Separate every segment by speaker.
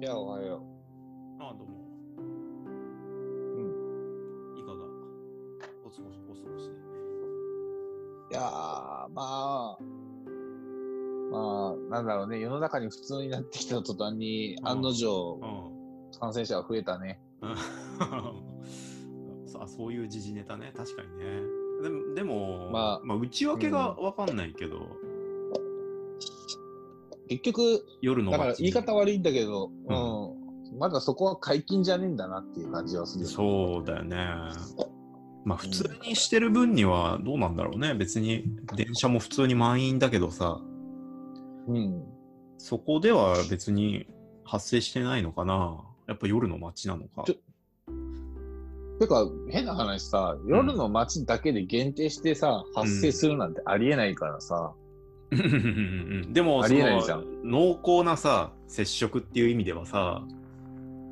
Speaker 1: や、おはよ
Speaker 2: ああ、どうも。
Speaker 1: う。うん。
Speaker 2: いかがお過ごし、お過ごし
Speaker 1: い
Speaker 2: で。
Speaker 1: やー、まあ、まあ、なんだろうね、世の中に普通になってきた途端に、
Speaker 2: うん
Speaker 1: 案の定、
Speaker 2: うん。
Speaker 1: 感染者が増えたね。
Speaker 2: そ あそういう時事ネタね、確かにね。でも、でも
Speaker 1: まあ
Speaker 2: まあ、内訳がわかんないけど、
Speaker 1: 結局、
Speaker 2: 夜の
Speaker 1: だから
Speaker 2: 街
Speaker 1: 言い
Speaker 2: に
Speaker 1: 方悪いんだけど、うん、まだそこは解禁じゃねえんだなっていう感じはするよね。
Speaker 2: そうだよね。まあ、普通にしてる分にはどうなんだろうね。別に、電車も普通に満員だけどさ、
Speaker 1: うん。
Speaker 2: そこでは別に発生してないのかな。やっぱ夜の街なのか
Speaker 1: ち。ょてか、変な話さ、夜の街だけで限定してさ、発生するなんてありえないからさ、
Speaker 2: うんうんうんうんでも
Speaker 1: ありえないじゃん
Speaker 2: その濃厚なさ接触っていう意味ではさ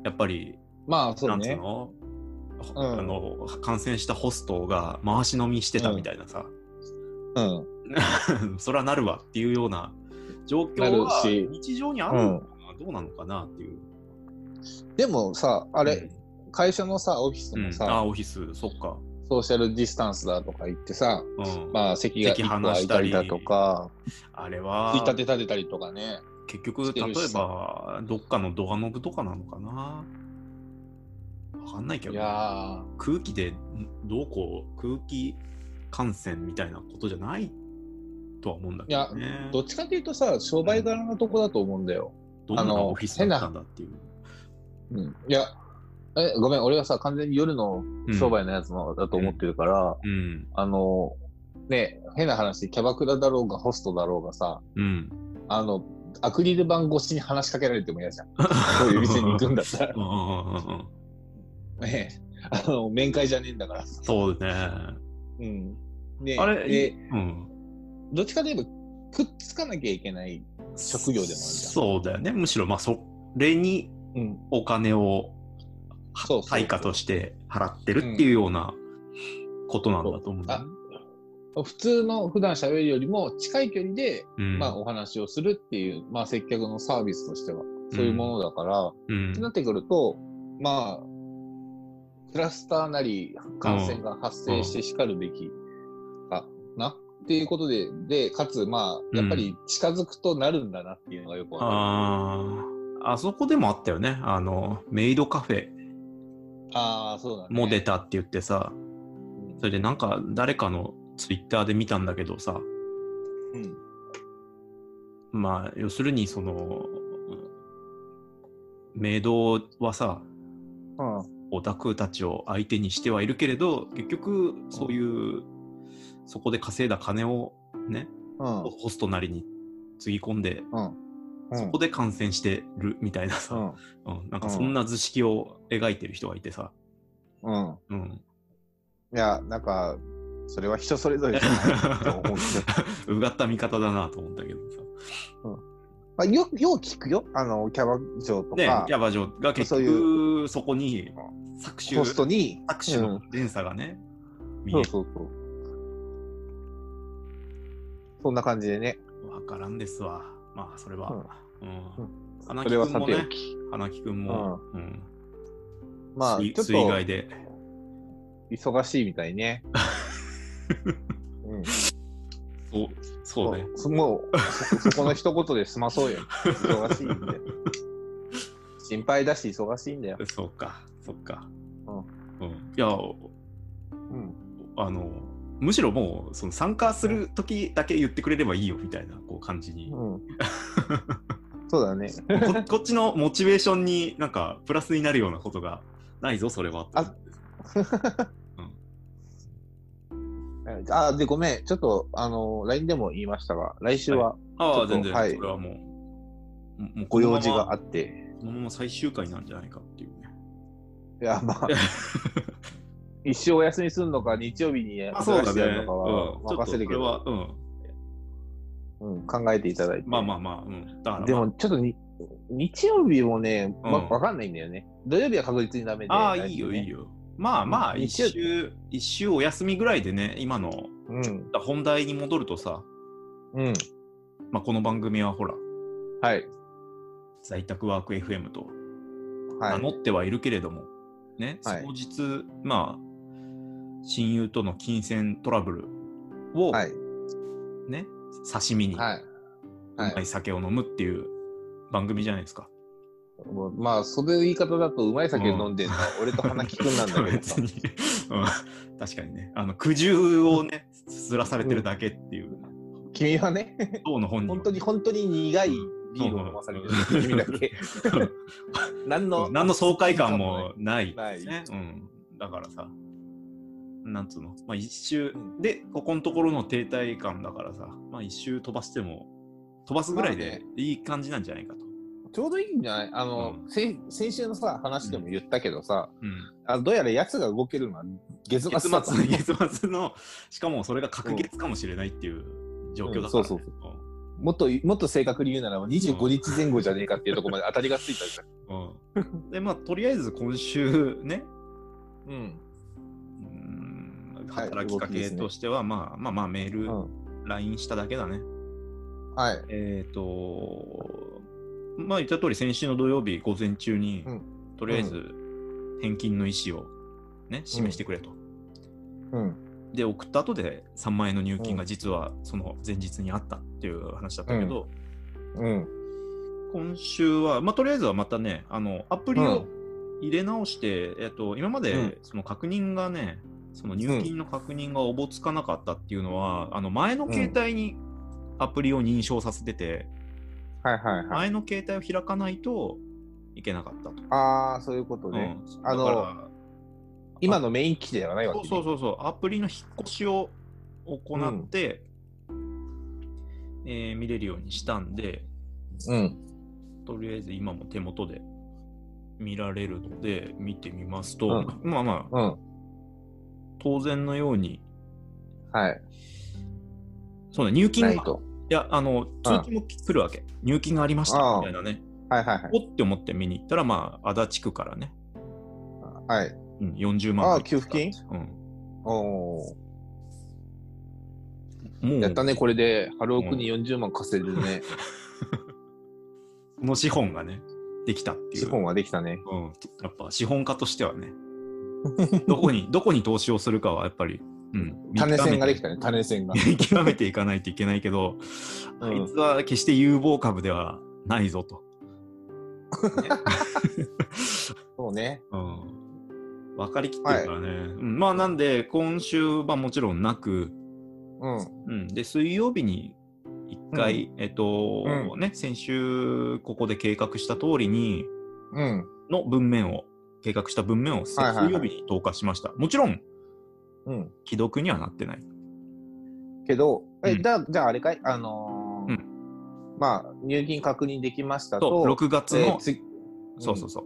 Speaker 2: やっぱり
Speaker 1: まあ、そ
Speaker 2: な
Speaker 1: うん
Speaker 2: つう
Speaker 1: ね。
Speaker 2: の,ほ、
Speaker 1: うん
Speaker 2: あの感染したホストが回し飲みしてたみたいな さ、
Speaker 1: うん。
Speaker 2: そりゃなるわっていうような状況
Speaker 1: なる
Speaker 2: は
Speaker 1: し
Speaker 2: 日常にあるのかな、どうなのかなっていう
Speaker 1: でもさ、あ
Speaker 2: あ
Speaker 1: れ、会社のさ、オフィス
Speaker 2: うん
Speaker 1: も
Speaker 2: うんあ
Speaker 1: さ、
Speaker 2: オフィスそっか、
Speaker 1: ソーシャルディスタンスだとか言ってさ、
Speaker 2: うん
Speaker 1: まあ、席が
Speaker 2: 席
Speaker 1: 一個
Speaker 2: 離
Speaker 1: 空
Speaker 2: し
Speaker 1: い
Speaker 2: た
Speaker 1: た
Speaker 2: り
Speaker 1: りだとか、
Speaker 2: あれ
Speaker 1: つい
Speaker 2: は
Speaker 1: たて立てたりとかね。
Speaker 2: 結局
Speaker 1: して
Speaker 2: 例
Speaker 1: る
Speaker 2: え
Speaker 1: し
Speaker 2: ばどっかのドアノブとかなのかなわかんないけ
Speaker 1: い
Speaker 2: ど
Speaker 1: やー、
Speaker 2: 空気でどうこう空気感染みたいなことじゃないとは思うんだけどね。
Speaker 1: どっちかというとさ、商売柄のとこだと思うんだよ。
Speaker 2: どんな
Speaker 1: あの
Speaker 2: オフィスだったんだっていう。
Speaker 1: うん。いや、え、ごめん、俺はさ、完全に夜の
Speaker 2: うん
Speaker 1: 商売のやつのだと思ってるから、
Speaker 2: うん。
Speaker 1: あの、ね、変な話、キャバクラだろうがホストだろうがさ、
Speaker 2: うん。
Speaker 1: あの、アクリル板越しに話しかけられても嫌 じゃん。そういう店に行くんだった
Speaker 2: うんうんうんうん
Speaker 1: ら。ねあの、面会じゃねえんだから。
Speaker 2: そうね。
Speaker 1: うん。ね
Speaker 2: あれ
Speaker 1: で、
Speaker 2: うん。
Speaker 1: どっちかといえば、くっつかなきゃいけない。職業でもあるじゃん
Speaker 2: そうだよね。むしろ、まあ、それに
Speaker 1: うん。
Speaker 2: お金を
Speaker 1: そうそう
Speaker 2: 対価として払ってるっていうようなことなんだと思うんだよね。
Speaker 1: 普通の普段喋るよりも近い距離で、
Speaker 2: うん
Speaker 1: まあ、お話をするっていう、まあ、接客のサービスとしては、そういうものだから、
Speaker 2: うん
Speaker 1: ってなってくると、まあ、クラスターなり感染が発生してしかるべきかな、っていうことで、で、かつ、まあ、やっぱり近づくとなるんだなっていうのがよくわか
Speaker 2: あーあそこでもあったよね。あの、メイドカフェ
Speaker 1: る。ああ、そうだね。
Speaker 2: も出たって言ってさ、
Speaker 1: うん
Speaker 2: それでなんか誰かのツイッターで見たんだけどさ、
Speaker 1: うん。
Speaker 2: まあ要するにその、メイドはさ、
Speaker 1: うん。
Speaker 2: オタクたちを相手にしてはいるけれど、結局そういう、そこで稼いだ金をね、
Speaker 1: うん。
Speaker 2: ホストなりにつぎ込んで、
Speaker 1: うん。
Speaker 2: そこで感染してるみたいな
Speaker 1: う
Speaker 2: さ、
Speaker 1: ん。
Speaker 2: うんなんかそんな図式を描いてる人がいてさ、
Speaker 1: うん。
Speaker 2: うん、
Speaker 1: いや、なんか、それは人それぞれじゃないと思うけど。
Speaker 2: うがった見方だなと思ったけどさ。
Speaker 1: まあ、よよう聞くよ、あのキャバ嬢と
Speaker 2: ね
Speaker 1: か、
Speaker 2: キャバ嬢が結
Speaker 1: そう
Speaker 2: 局そこに搾取
Speaker 1: ホストに、
Speaker 2: 搾取
Speaker 1: う
Speaker 2: の
Speaker 1: ん
Speaker 2: 連鎖がね、見
Speaker 1: そ
Speaker 2: え
Speaker 1: う
Speaker 2: る
Speaker 1: そうそう。そんな感じでね、
Speaker 2: わからんですわ。まあそれは。うん
Speaker 1: う
Speaker 2: 花
Speaker 1: そ
Speaker 2: 木
Speaker 1: れは
Speaker 2: 君
Speaker 1: さ
Speaker 2: も
Speaker 1: てお
Speaker 2: ね、
Speaker 1: き。
Speaker 2: 花木君も、うん
Speaker 1: まあ、
Speaker 2: 水
Speaker 1: ちょっ
Speaker 2: 水害
Speaker 1: と
Speaker 2: で。
Speaker 1: 忙しいみたい ね。うん
Speaker 2: そうそうね。
Speaker 1: そもうそ、そこの一言で済まそうよ。忙しい んで。心配だし、忙しいんだよ。
Speaker 2: そうか、そうか。
Speaker 1: う
Speaker 2: うんいや、
Speaker 1: うん、
Speaker 2: あの、むしろもうその参加する時だけ言ってくれればいいよみたいなこう感じに
Speaker 1: うん、 そうだね。
Speaker 2: ここっ ちのモチベーションになんかプラスになるようなことがないぞそれは
Speaker 1: ああ、で、ごめん。ちょっと、あの、LINE でも言いましたが、来週はち
Speaker 2: あ
Speaker 1: ょ
Speaker 2: あ
Speaker 1: っと
Speaker 2: 全然、
Speaker 1: はい
Speaker 2: それはもうももう
Speaker 1: ご用事があ
Speaker 2: あ
Speaker 1: って、
Speaker 2: このまま最終回なんじゃないかっていうね
Speaker 1: いや、まあ、 一生お休みするのか、日曜日に
Speaker 2: まあ そうだ
Speaker 1: お出しや
Speaker 2: ね、う
Speaker 1: るの
Speaker 2: ん、ち
Speaker 1: かは
Speaker 2: ょっ
Speaker 1: 任
Speaker 2: と
Speaker 1: せ
Speaker 2: そ
Speaker 1: るけ
Speaker 2: れ
Speaker 1: ど、
Speaker 2: は、うん、
Speaker 1: うん、考えていただいて。
Speaker 2: まあまあまあ、うん、だから、まあ、
Speaker 1: でも、ちょっとに日曜日もね、わ、
Speaker 2: うん
Speaker 1: わかんないんだよね。土曜日は確実にダメで。
Speaker 2: ああ
Speaker 1: 来
Speaker 2: いい
Speaker 1: 週
Speaker 2: よ
Speaker 1: ね
Speaker 2: いい。よまあまあ
Speaker 1: うん
Speaker 2: 一週一週お休みぐらいでね今の
Speaker 1: うん。
Speaker 2: 本題に戻るとさ、
Speaker 1: うん。
Speaker 2: まあ、この番組はほら
Speaker 1: はい。
Speaker 2: 在宅ワーク FM と
Speaker 1: はい
Speaker 2: 名乗ってはいるけれども、ね、
Speaker 1: はい
Speaker 2: 当日、まあ、親友との金銭トラブルを、
Speaker 1: はい。
Speaker 2: ね、刺身に、
Speaker 1: は
Speaker 2: う
Speaker 1: い。は
Speaker 2: まい酒を飲むっていう番組じゃないですか。
Speaker 1: い。もうまあ、それ言い方だと、うまい酒飲んでんのは、俺と花木くんなんだ けど
Speaker 2: 別
Speaker 1: さ。
Speaker 2: に、うん、確かにね、あの苦渋をね、すらされてるだけっていう、
Speaker 1: 君はね、
Speaker 2: 当の本人は
Speaker 1: 本当に本当に苦いビールを飲まされてる。君だけ。 何の。
Speaker 2: 何の爽快感もないです
Speaker 1: ない
Speaker 2: ね。うん、だからさ、なんつうの、まあ、一周、で、ここのところの停滞感だからさ、まあ、一周飛ばしても、飛ばすぐらい
Speaker 1: まあ
Speaker 2: で
Speaker 1: ね
Speaker 2: いい感じなんじゃないかと。
Speaker 1: ちょうどいいんじゃないあの、
Speaker 2: う
Speaker 1: せ先週のさ、話でも言ったけどさ、
Speaker 2: うん、
Speaker 1: あどうやら奴が動けるのは月末だ
Speaker 2: 月
Speaker 1: と
Speaker 2: 末、 月末の、しかもそれが隔月かもしれないっていう状況だから、ね
Speaker 1: うんそうそうもっと、もっと正確に言うならば25日前後じゃねえかっていうところまで当たりがついたじゃん。
Speaker 2: うんで、まあ、とりあえず今週ね、
Speaker 1: うん。
Speaker 2: うん
Speaker 1: はい
Speaker 2: 働きか
Speaker 1: 動きで
Speaker 2: け
Speaker 1: すね
Speaker 2: としては、まあまあまあメール、
Speaker 1: うん。
Speaker 2: LINE しただけだね。
Speaker 1: はい。
Speaker 2: えっ、と、まあ言った通り、先週の土曜日午前中に、
Speaker 1: うん
Speaker 2: とりあえず返金の意思を、ね、示してくれと。
Speaker 1: うん。
Speaker 2: で、送った後で3万円の入金が実はその前日にあったっていう話だったけど、
Speaker 1: うん。
Speaker 2: 今週は、まあとりあえずはまたね、あのアプリを入れ直して、えっと今ま
Speaker 1: う
Speaker 2: で
Speaker 1: ん
Speaker 2: その確認がね、その入金の確認がおぼつかなかったっていうのは、あの前の携帯にアプリを認証させてて、
Speaker 1: はいはいはい。
Speaker 2: 前の携帯を開かないといけなかったと。
Speaker 1: ああ、そういうことね。
Speaker 2: うん、
Speaker 1: あの
Speaker 2: だから
Speaker 1: 今のメイン機器ではないわけ
Speaker 2: そ
Speaker 1: ね
Speaker 2: うそうそうそう、アプリの引っ越しを行って、えー見れるようにしたんで、
Speaker 1: うん。
Speaker 2: とりあえず今も手元で見られるので、見てみますと、
Speaker 1: うん
Speaker 2: まあまあ、
Speaker 1: うん。
Speaker 2: 当然のように、
Speaker 1: はい。
Speaker 2: そうね、入金
Speaker 1: な
Speaker 2: が、
Speaker 1: い
Speaker 2: い
Speaker 1: と。
Speaker 2: や、あの、通知も来るわけ、入金がありましたみたいなね、
Speaker 1: はいはいはい。
Speaker 2: おって思って見に行ったら、まあ、足立区からね、
Speaker 1: はい。
Speaker 2: うん、40万
Speaker 1: ああ
Speaker 2: 入ってきた
Speaker 1: 給付
Speaker 2: うん
Speaker 1: おー
Speaker 2: もう
Speaker 1: やったね、これで、ハロークに40万稼いで ね、
Speaker 2: その資本がね、できたっていう。
Speaker 1: 資本はできたね。
Speaker 2: うん、やっぱ資本家としてはね、どこに、どこに投資をするかはやっぱり、うん、
Speaker 1: 種銭ができ
Speaker 2: た。
Speaker 1: たね、種銭 が。
Speaker 2: 極めていかないといけないけど、
Speaker 1: う
Speaker 2: あ
Speaker 1: ん
Speaker 2: いつは決して有望株ではないぞと。ね
Speaker 1: そうね。
Speaker 2: うん、分かりきってるからね。うんまあなんで、今週はもちろんなく、
Speaker 1: うん。
Speaker 2: うん、で水曜日に1回、えっと、
Speaker 1: う
Speaker 2: ね、先週ここで計画した通りに、
Speaker 1: うん。
Speaker 2: の文面を、計画した文面を水
Speaker 1: はいはいはい
Speaker 2: 曜日に投下しました。もちろん、
Speaker 1: うん。
Speaker 2: 既読にはなってない。
Speaker 1: けど、え、
Speaker 2: うん
Speaker 1: だじゃああれかいあのー
Speaker 2: う
Speaker 1: まあ、入金確認できました
Speaker 2: と、
Speaker 1: と、
Speaker 2: 6月
Speaker 1: え
Speaker 2: の
Speaker 1: ー、次
Speaker 2: そうそう
Speaker 1: そ
Speaker 2: そう、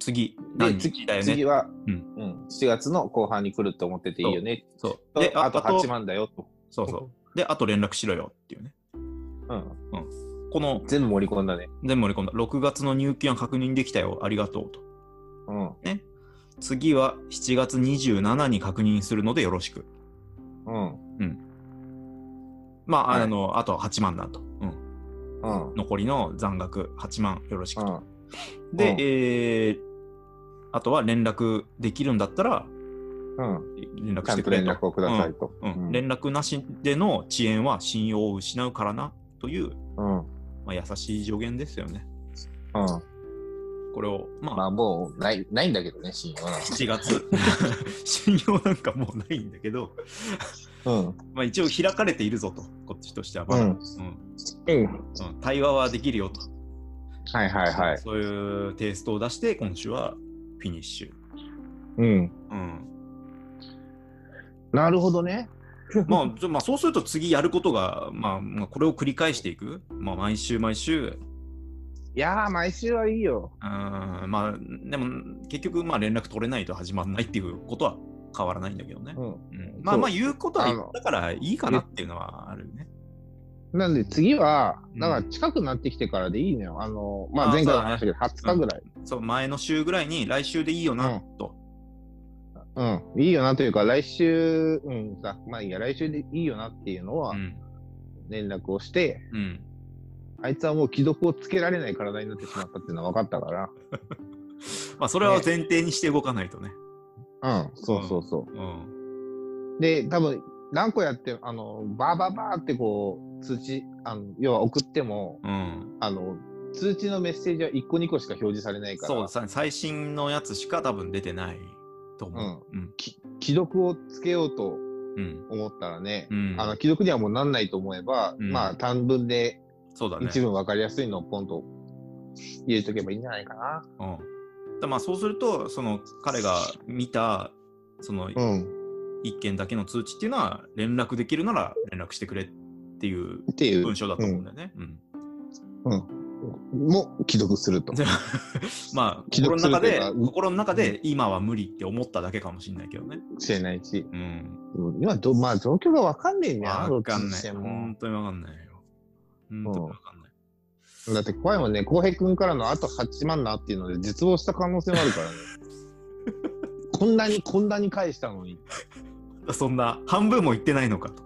Speaker 2: 次、
Speaker 1: で
Speaker 2: 何日
Speaker 1: 次
Speaker 2: だよ
Speaker 1: 次
Speaker 2: ね。
Speaker 1: は、
Speaker 2: う
Speaker 1: うんん7月の後半に来ると思ってていいよね。
Speaker 2: そう。
Speaker 1: で
Speaker 2: で、
Speaker 1: あと8万だよと。
Speaker 2: そうそう。で、あと連絡しろよっていうね。
Speaker 1: うん、
Speaker 2: この、
Speaker 1: 全部盛り込んだね。
Speaker 2: 全部盛り込んだ、6月の入金は確認できたよ、ありがとうと。
Speaker 1: うん。
Speaker 2: 次は7月27に確認するのでよろしく。
Speaker 1: うん。
Speaker 2: まあ、
Speaker 1: はい
Speaker 2: あの、あと8万だと。うん。
Speaker 1: うん。
Speaker 2: 残りの残額8万よろしく
Speaker 1: う
Speaker 2: と。
Speaker 1: ん。
Speaker 2: で、
Speaker 1: うん
Speaker 2: えー、あとは連絡できるんだったら、
Speaker 1: うん。
Speaker 2: 連絡
Speaker 1: ちゃ
Speaker 2: して
Speaker 1: んと
Speaker 2: くれ
Speaker 1: 連
Speaker 2: と。
Speaker 1: 絡をくださいと。
Speaker 2: うん
Speaker 1: うん。
Speaker 2: 連絡なしでの遅延は信用を失うからなとい
Speaker 1: う
Speaker 2: う、
Speaker 1: ん。
Speaker 2: まあ、優しい助言ですよね。
Speaker 1: うん。
Speaker 2: これを、まあ、
Speaker 1: まあ、もう、ない、ないんだけどね、信用は。
Speaker 2: 7月、 信用なんかもうないんだけど、
Speaker 1: うん。
Speaker 2: まあ、一応開かれているぞと、こっちとしてはまだ、
Speaker 1: うん
Speaker 2: うん
Speaker 1: うん。
Speaker 2: うん対話はできるよと、
Speaker 1: はいはいはい。
Speaker 2: そういうテイストを出して、今週はフィニッシ
Speaker 1: う
Speaker 2: ュ。
Speaker 1: ん。
Speaker 2: うん、
Speaker 1: なるほどね。
Speaker 2: まあ、ちょまあ、そうすると次やることが、まあ、まあ、これを繰り返していく、まあ、毎週毎週、
Speaker 1: いやー、毎週はいいよ。
Speaker 2: うんまあでも結局まあ連絡取れないと始まらないっていうことは変わらないんだけどね。
Speaker 1: う
Speaker 2: うんまあまあ
Speaker 1: そ
Speaker 2: 言うことは
Speaker 1: あ
Speaker 2: 言
Speaker 1: の
Speaker 2: ったからいいかなっていうのはあるよね。
Speaker 1: ん。なんで、次は、
Speaker 2: うん
Speaker 1: だから近くなってきてからでいいのよ。あの、ま
Speaker 2: あー
Speaker 1: あ、前回の話だけど、20日ぐらい。
Speaker 2: そう前の週ぐらいに来週でいいよなと。
Speaker 1: うん。いいよなというか、来週、うん、さ、まあいいや、来週でいいよなっていうのは
Speaker 2: う、ん。
Speaker 1: 連絡をして、
Speaker 2: うん。
Speaker 1: あいつはもう既読をつけられない体になってしまったっていうのは分かったから、
Speaker 2: まあ、それは前提にして動かないとね。
Speaker 1: うん、そうそうそう。
Speaker 2: うん。
Speaker 1: で、多分何個やって、あの、バーバーバーってこう、通知、あの要は送っても、
Speaker 2: うん。
Speaker 1: あの、通知のメッセージは1個2個しか表示されないから、
Speaker 2: そうさ、最新のやつしか多分出てないと思う。うん。
Speaker 1: き既読をつけようと
Speaker 2: うん。
Speaker 1: 思ったらね、
Speaker 2: うん。
Speaker 1: あの既読にはもうなんないと思えば、
Speaker 2: うん
Speaker 1: まあ短文で
Speaker 2: そうだね。
Speaker 1: 一文分かりやすいのをポンと入れとけばいいんじゃないかな。
Speaker 2: うん。だまあ、そうすると、その、彼が見た、その、
Speaker 1: うん、
Speaker 2: 一件だけの通知っていうのは、連絡できるなら連絡してくれっていう
Speaker 1: っていう、
Speaker 2: 文章だと思うんだよね。うん。
Speaker 1: も既読すると。
Speaker 2: で まあ、
Speaker 1: 既読
Speaker 2: 心の
Speaker 1: する
Speaker 2: 中
Speaker 1: という
Speaker 2: で
Speaker 1: か、
Speaker 2: 心の中で、今は無理って思っただけかもしれないけどね。
Speaker 1: しれないし、
Speaker 2: うん。
Speaker 1: うん今ど、まあ状況が分かんねえんだよな、ど
Speaker 2: わ
Speaker 1: っち
Speaker 2: かん
Speaker 1: に
Speaker 2: な
Speaker 1: し
Speaker 2: い。
Speaker 1: ても。
Speaker 2: 本当にわかんないよ。本当にわかんない。
Speaker 1: だって怖いもんね、浩平君からのあと8万なっていうので絶望した可能性もある からね。こんなに、こんなに返したのに。
Speaker 2: そんな、半分も言ってないのかと。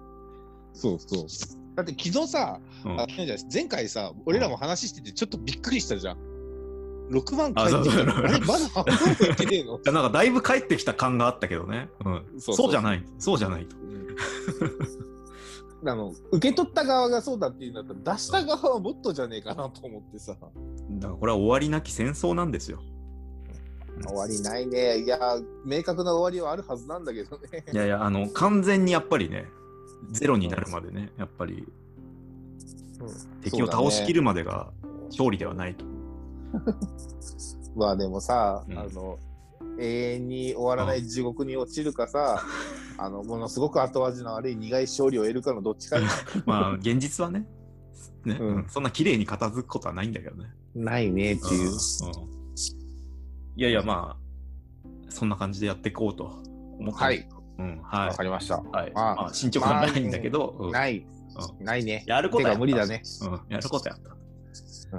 Speaker 1: そうそう。だって昨日さ、
Speaker 2: うん
Speaker 1: あ昨日じゃない前回さ、俺らも話してて、ちょっとびっくりしたじゃん。6万
Speaker 2: あ
Speaker 1: 返ってきたの
Speaker 2: そうそう
Speaker 1: あれ、まだ半分もいってねえの
Speaker 2: いやなんかだいぶ帰ってきた感があったけどね。うん。
Speaker 1: そそう
Speaker 2: そううじゃない。そうじゃないと。
Speaker 1: うんあの受け取った側がそうだっていうんだったら出した側はもっとじゃねえかなと思ってさ
Speaker 2: だからこれは終わりなき戦争なんですよ。
Speaker 1: 終わりないねいや明確な終わりはあるはずなんだけどね
Speaker 2: いやいや、あの、完全にやっぱりね、ゼロになるまでね、やっぱり敵を倒しき
Speaker 1: る
Speaker 2: るまでが勝利ではないと。
Speaker 1: まあでもさ、
Speaker 2: うん
Speaker 1: あの永遠に終わらない地獄に落ちるか さ、あのものすごく後味の悪い苦い勝利を得るかのどっち かに
Speaker 2: まあ、現実はね、ね、
Speaker 1: うん
Speaker 2: うんそんな綺麗に片付くことはないんだけどね。
Speaker 1: ないねっていう、
Speaker 2: うんいやいや、まあ、そんな感じでやっていこうと思って。
Speaker 1: はい。
Speaker 2: うん、は
Speaker 1: わ、
Speaker 2: い。
Speaker 1: かりました
Speaker 2: はい。
Speaker 1: まあ
Speaker 2: まあ、進捗はないんだけど、うん
Speaker 1: ない、
Speaker 2: う
Speaker 1: ないね
Speaker 2: やることは
Speaker 1: 手が無理だね
Speaker 2: うん、やることやった。
Speaker 1: う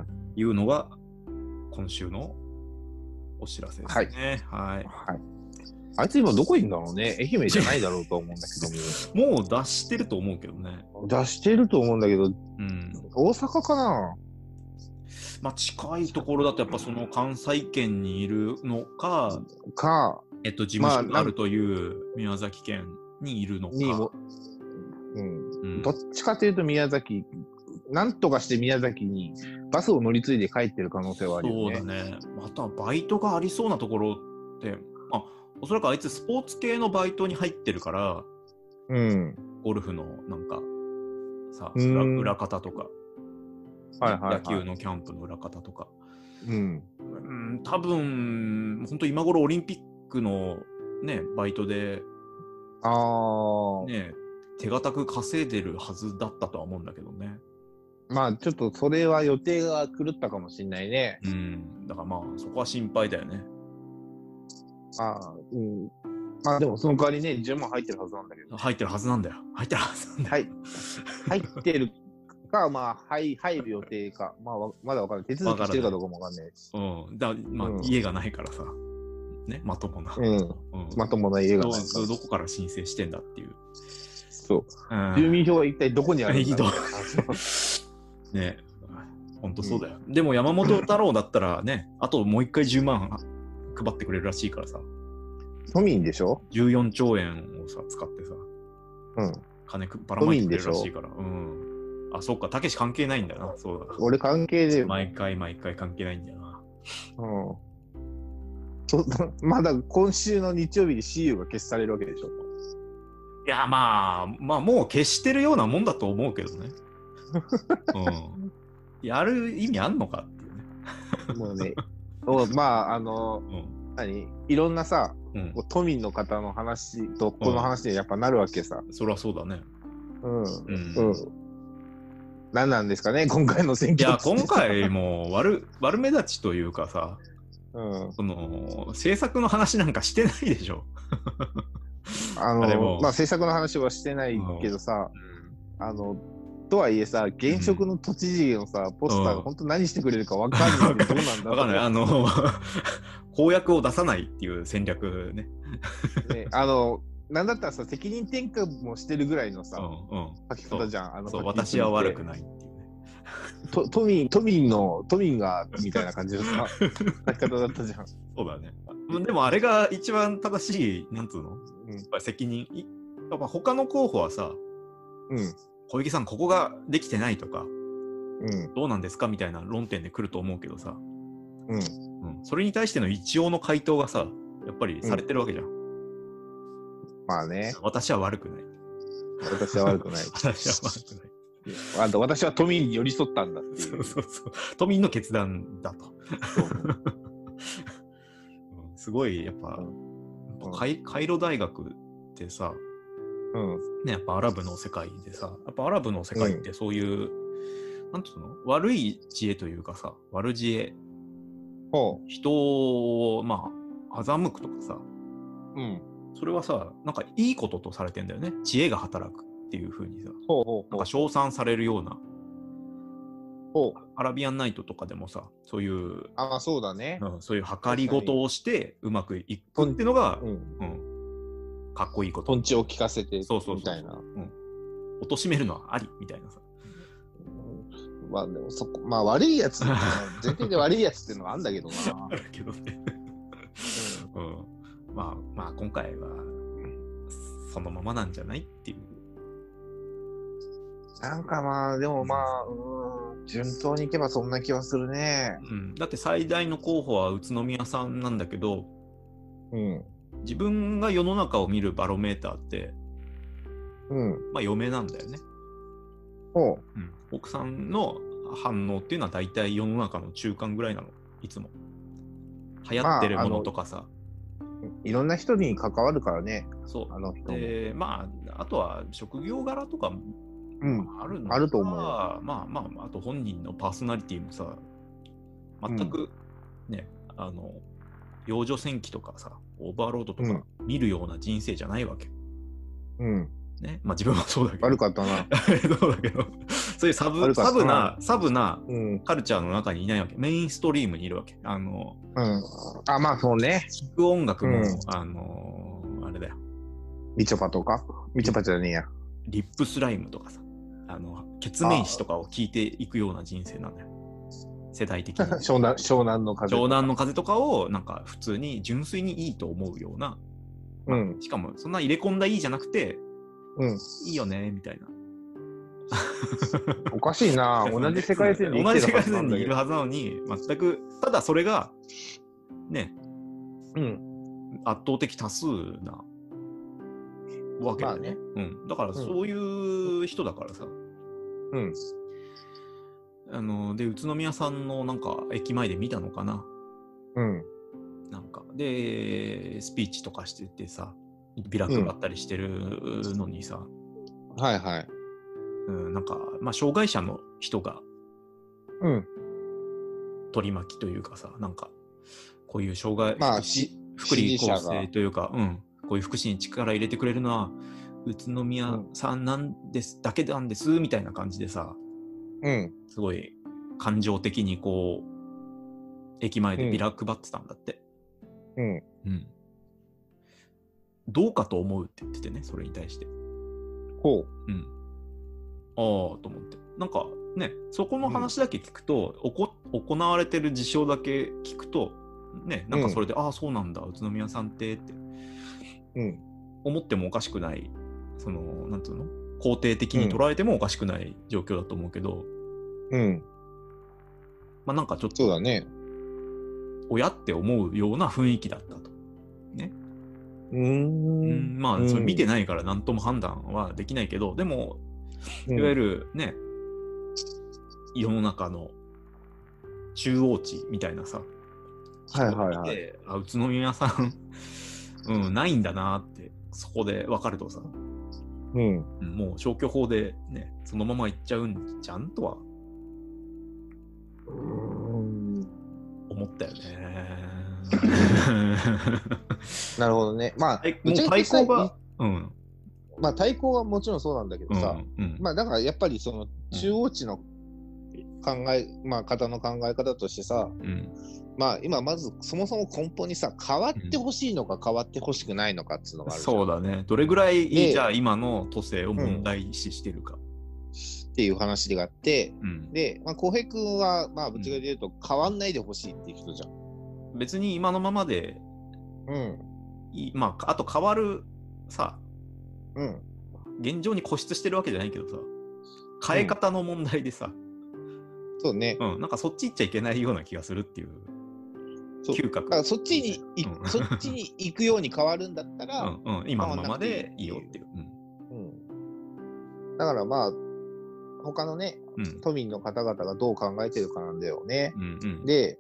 Speaker 1: ん
Speaker 2: いうのが、今週のお知らせですね。はい。
Speaker 1: はいあいつ今どこいんだろうね愛媛じゃないだろうと思うんだけど
Speaker 2: もう出してると思うけどね。
Speaker 1: も出してると思うんだけど
Speaker 2: うん。
Speaker 1: 大阪かな
Speaker 2: まあ、近いところだと、やっぱその関西圏にいるのか、
Speaker 1: か
Speaker 2: えっと、事務所
Speaker 1: ま
Speaker 2: が
Speaker 1: あ
Speaker 2: あるという宮崎県にいるのか。
Speaker 1: にも、うん、
Speaker 2: うん
Speaker 1: どっちかというと宮崎、なんとかして宮崎にバスを乗り継いで帰ってる可能性はある
Speaker 2: そ
Speaker 1: よ
Speaker 2: うだ
Speaker 1: ね。
Speaker 2: ね。またバイトがありそうなところって、まあ、おそらくあいつスポーツ系のバイトに入ってるから、
Speaker 1: うん。
Speaker 2: ゴルフのなんか、さ、
Speaker 1: うん
Speaker 2: 裏裏方とか、
Speaker 1: はいはい、はい。
Speaker 2: 野球のキャンプの裏方とか、
Speaker 1: うん。
Speaker 2: うん、多分本当今頃オリンピックのね、バイトで、
Speaker 1: ああ、
Speaker 2: ね、手堅く稼いでるはずだったとは思うんだけどね。
Speaker 1: まあちょっとそれは予定が狂ったかもしれないね。
Speaker 2: うん、だからまあ、そこは心配だよね。
Speaker 1: ああ、うん。まあでもその代わりね、10万入ってるはずなんだけど。
Speaker 2: 入ってるはずなんだよ。入ってるはずなんだよ。
Speaker 1: はい。入ってるか、まあ、はい、入る予定か。まあ、わまだわかんない。手続きしてるかどうかもわかんないし。
Speaker 2: うん、だまあ、
Speaker 1: うん
Speaker 2: 家がないからさ、ね、まともな。
Speaker 1: うん。
Speaker 2: うん
Speaker 1: まともな家がないか
Speaker 2: ど
Speaker 1: ら
Speaker 2: うどこから申請してんだっていう。
Speaker 1: そう。
Speaker 2: うん
Speaker 1: 住民票は一体どこにある んだろう
Speaker 2: ね本当そうだよ、でも山本太郎だったらね、あともう一回10万配ってくれるらしいからさ、
Speaker 1: 都民でしょ
Speaker 2: 14兆円をさ、使ってさ、
Speaker 1: うん。
Speaker 2: 金くばらまいてくれるらしいから。うん。あ、そっか、たけし関係ないんだよな。そう
Speaker 1: 俺関係で
Speaker 2: だ。、毎回毎回関係ないんだよな。
Speaker 1: うんそ まだ今週の日曜日に CU が消しされるわけでしょ。
Speaker 2: いや、まあ、まあ、もう消してるようなもんだと思うけど ね。うん。やる意味あんのかっていうね。
Speaker 1: もう ね、おまあ、あの、何いろんなさ、
Speaker 2: うん。うん
Speaker 1: こう都民の方の話とこの話でやっぱなるわけさ。
Speaker 2: そりゃそうだね。
Speaker 1: うん。
Speaker 2: う
Speaker 1: うんん。。何なんですかね、今回の選
Speaker 2: いや
Speaker 1: 挙。、
Speaker 2: 今。回も悪、 悪目立ちというかさ、
Speaker 1: うん。
Speaker 2: その、政策の話なんかしてないでしょ。
Speaker 1: あ
Speaker 2: あで
Speaker 1: の、
Speaker 2: も
Speaker 1: まあ政策の話はしてないけどさ、あの、とはいえさ、現職の都知事のさ、ポスター
Speaker 2: う
Speaker 1: が
Speaker 2: ん
Speaker 1: 本当何してくれるかわかんないんでどうなんだ
Speaker 2: わかんない。
Speaker 1: と
Speaker 2: あの、 公約を出さないっていう戦略ね。
Speaker 1: ね、あの、なんだったらさ、責任転換もしてるぐらいの
Speaker 2: う
Speaker 1: さ、
Speaker 2: んうん。
Speaker 1: 書き方じゃん。あの
Speaker 2: そう、
Speaker 1: 書き方
Speaker 2: 私は悪くないっていうね。
Speaker 1: と都民、都民の、都民が、みたいな感じの さ、書き方だったじゃん。
Speaker 2: そうだね。でもあれが一番正しい、なんつうのやっぱり責任。いやっぱ他の候補はさ、
Speaker 1: うん、うん
Speaker 2: 小池さん、ここができてないとか、、
Speaker 1: うん
Speaker 2: どうなんですかみたいな論点で来ると思うけどさ、、
Speaker 1: うん。
Speaker 2: うん、それに対しての一応の回答がさ、やっぱりされてるわけじゃん。
Speaker 1: まあね、
Speaker 2: 私は悪くない。
Speaker 1: 私は悪くない。
Speaker 2: 私は悪くない。
Speaker 1: あんた、私は都民に寄り添ったんだってい
Speaker 2: そうう。そうそう。都民の決断だと。
Speaker 1: そう
Speaker 2: うんすごい、やっぱ、
Speaker 1: う
Speaker 2: やっぱカイカイロ大学ってさ、
Speaker 1: うん、
Speaker 2: ね、やっぱアラブの世界でさ、やっぱアラブの世界ってそういう、なんていうの悪い知恵というかさ、悪知恵、
Speaker 1: ほ
Speaker 2: 人を、まあ、欺くとかさ、
Speaker 1: う、うん、
Speaker 2: それはさ、なんかいいこととされてんだよね。知恵が働くっていう風にさ、
Speaker 1: ほうほう
Speaker 2: なん
Speaker 1: ほ
Speaker 2: か
Speaker 1: う、
Speaker 2: 称賛されるような、
Speaker 1: ほう。
Speaker 2: アラビアンナイトとかでもさ、そういう、
Speaker 1: あ、まあそうだね。
Speaker 2: うんそういう計りごとをしてうまくいくっていうのが、
Speaker 1: うん、
Speaker 2: うん、かっこいいこと。
Speaker 1: とん
Speaker 2: 貶
Speaker 1: ちを聞かせて、み
Speaker 2: そうそうそう
Speaker 1: たいな。
Speaker 2: としめるのはありみたいなさ。
Speaker 1: うんまあ、でもそこまあ悪いや つ、前提で悪いやつっていうのはあんだけどな。
Speaker 2: あるけどね。うん、まあまあ今回はそのままなんじゃないっていう。
Speaker 1: なんかまあ、でもまあ、うん、順当にいけばそんな気はするね。
Speaker 2: うん、だって最大の候補は宇都宮さんなんだけど
Speaker 1: うん、
Speaker 2: 自分が世の中を見るバロメーターって、
Speaker 1: うん、
Speaker 2: まあ、嫁なんだよね、
Speaker 1: ほう。
Speaker 2: うん。奥さんの反応っていうのは大体世の中の中間ぐらいなのいつも。流行ってるものとかさ。
Speaker 1: いろんな人に関わるからね、
Speaker 2: そう
Speaker 1: あの人も。
Speaker 2: でまあ、あとは職業柄とかも
Speaker 1: うん、
Speaker 2: あるの
Speaker 1: あると思うよ
Speaker 2: まあまあまあ、あと本人のパーソナリティもさ、全くね、あの、幼女戦記とかさ、オーバーロードと
Speaker 1: う
Speaker 2: か
Speaker 1: ん
Speaker 2: 見るような人生じゃないわけ。
Speaker 1: うん、
Speaker 2: ね、まあ自分はそうだけど。
Speaker 1: 悪かったな。
Speaker 2: そうだけど、そういうサブ
Speaker 1: 悪かっ
Speaker 2: サ
Speaker 1: た
Speaker 2: ブな、サブな
Speaker 1: うん、うん。
Speaker 2: カルチャーの中にいないわけ。メインストリームにいるわけ。あの、
Speaker 1: あ、まあそうね。
Speaker 2: 聴く音楽も、
Speaker 1: うん
Speaker 2: あの、あれだよ、
Speaker 1: みちょぱとかみちょぱじゃねえや。
Speaker 2: リップスライムとかさ、あの、血面師とかを聞いていくような人生なんだよ。世代的 に。
Speaker 1: 湘南湘南の風。
Speaker 2: 湘南の風とかを、なんか普通に純粋にいいと思うような、
Speaker 1: うん、
Speaker 2: しかもそんな入れ込んだいいじゃなくて、
Speaker 1: うん。
Speaker 2: いいよね、みたいな。。
Speaker 1: おかしいな 同じ世界線で
Speaker 2: 同
Speaker 1: 生
Speaker 2: じ
Speaker 1: き
Speaker 2: 世
Speaker 1: てるは
Speaker 2: 界
Speaker 1: ずな
Speaker 2: 線
Speaker 1: ん
Speaker 2: に
Speaker 1: だ
Speaker 2: い
Speaker 1: け
Speaker 2: る
Speaker 1: ど。
Speaker 2: はずなのに、全く、ただそれが、ね、
Speaker 1: うん、
Speaker 2: 圧倒的多数なわけ
Speaker 1: まあ
Speaker 2: だよ
Speaker 1: ね
Speaker 2: ね。うん、だからそういう人だからさ、
Speaker 1: うん。
Speaker 2: あの、で、宇都宮さんのなんか駅前で見たのかな。
Speaker 1: うん、
Speaker 2: なんかでスピーチとかしててさビラ配ったりしてるのにさ、
Speaker 1: はいはい。
Speaker 2: うんなんか、まあ、障害者の人が
Speaker 1: うん、
Speaker 2: 取り巻きというかさなんかこういう障害、
Speaker 1: まあ
Speaker 2: 福祉
Speaker 1: し
Speaker 2: 福利
Speaker 1: 支持者
Speaker 2: 厚
Speaker 1: が
Speaker 2: 生というか、うん、こういう福祉に力入れてくれるのは宇都宮さんなんです、だけなんですみたいな感じでさ
Speaker 1: うん。
Speaker 2: すごい感情的にこう駅前でビラ配ってたんだって。
Speaker 1: うん、
Speaker 2: うん、どうかと思うって言っててねそれに対して。
Speaker 1: ほう。
Speaker 2: うん、ああと思ってなんかねそこの話だけ聞くと、おこ行われてる事象だけ聞くとねなんかそれで、ああそうなんだ宇都宮さんってって
Speaker 1: うん、
Speaker 2: 思ってもおかしくないそのなんつうの肯定的に捉えてもおかしくない状況だと思うけど、
Speaker 1: うん、
Speaker 2: まあなんかちょっ
Speaker 1: そう
Speaker 2: と
Speaker 1: だね。
Speaker 2: 親って思うような雰囲気だったと。
Speaker 1: うー
Speaker 2: うん
Speaker 1: ん。
Speaker 2: まあそれ見て
Speaker 1: い。
Speaker 2: ないから何とも判断はできないけどでも
Speaker 1: うん
Speaker 2: いわゆるね、世の中の中央値みたいなさ、
Speaker 1: はいはいはい。
Speaker 2: であ宇都宮さん、 うん、ないんだなって、そこで分かるとさ、
Speaker 1: うん、
Speaker 2: うんもう消去法でね、そのまま行っちゃうんじゃんとは思っ たよね。
Speaker 1: なるほどね。まあ、
Speaker 2: え
Speaker 1: ぶ
Speaker 2: も
Speaker 1: っ
Speaker 2: う
Speaker 1: ちゃけ
Speaker 2: 対
Speaker 1: さ
Speaker 2: 抗が、うん、
Speaker 1: まあ、対抗はもちろんそうなんだけど
Speaker 2: うん、
Speaker 1: さ、
Speaker 2: うん、
Speaker 1: まあ、だからやっぱりその中央値の考え、まあ、方の考え方としてさ、
Speaker 2: うん、
Speaker 1: まあ、今まずそもそも根本にさ、変わってほしいのか変わってほしくないのかっていうのがあるじゃん。
Speaker 2: そうだね。どれぐらい、
Speaker 1: で
Speaker 2: じゃあ今の都政を問題視してるか。
Speaker 1: っていう話があって、
Speaker 2: うん、
Speaker 1: で、まあ、浩平君は、まあ、ぶっちゃけ言うと、変わんないでほしいっていう人じゃん。
Speaker 2: 別に今のままで
Speaker 1: うん。
Speaker 2: いい、まあ、あと変わるさ、
Speaker 1: うん。
Speaker 2: 現状に固執してるわけじゃないけどさ、変え方の問題でさ、
Speaker 1: そうね。
Speaker 2: うん、なんかそっち行っちゃいけないような気がするっていう
Speaker 1: そう
Speaker 2: 嗅
Speaker 1: だ
Speaker 2: 覚。
Speaker 1: からそっちにい、
Speaker 2: うん
Speaker 1: そっちに行くように変わるんだったら、
Speaker 2: うんうん、今のままでいいよっていう。
Speaker 1: うんだからまあ、他のね、
Speaker 2: うんうん
Speaker 1: 都民の方々がどう考えてるかなんだよね。
Speaker 2: うんうん
Speaker 1: で、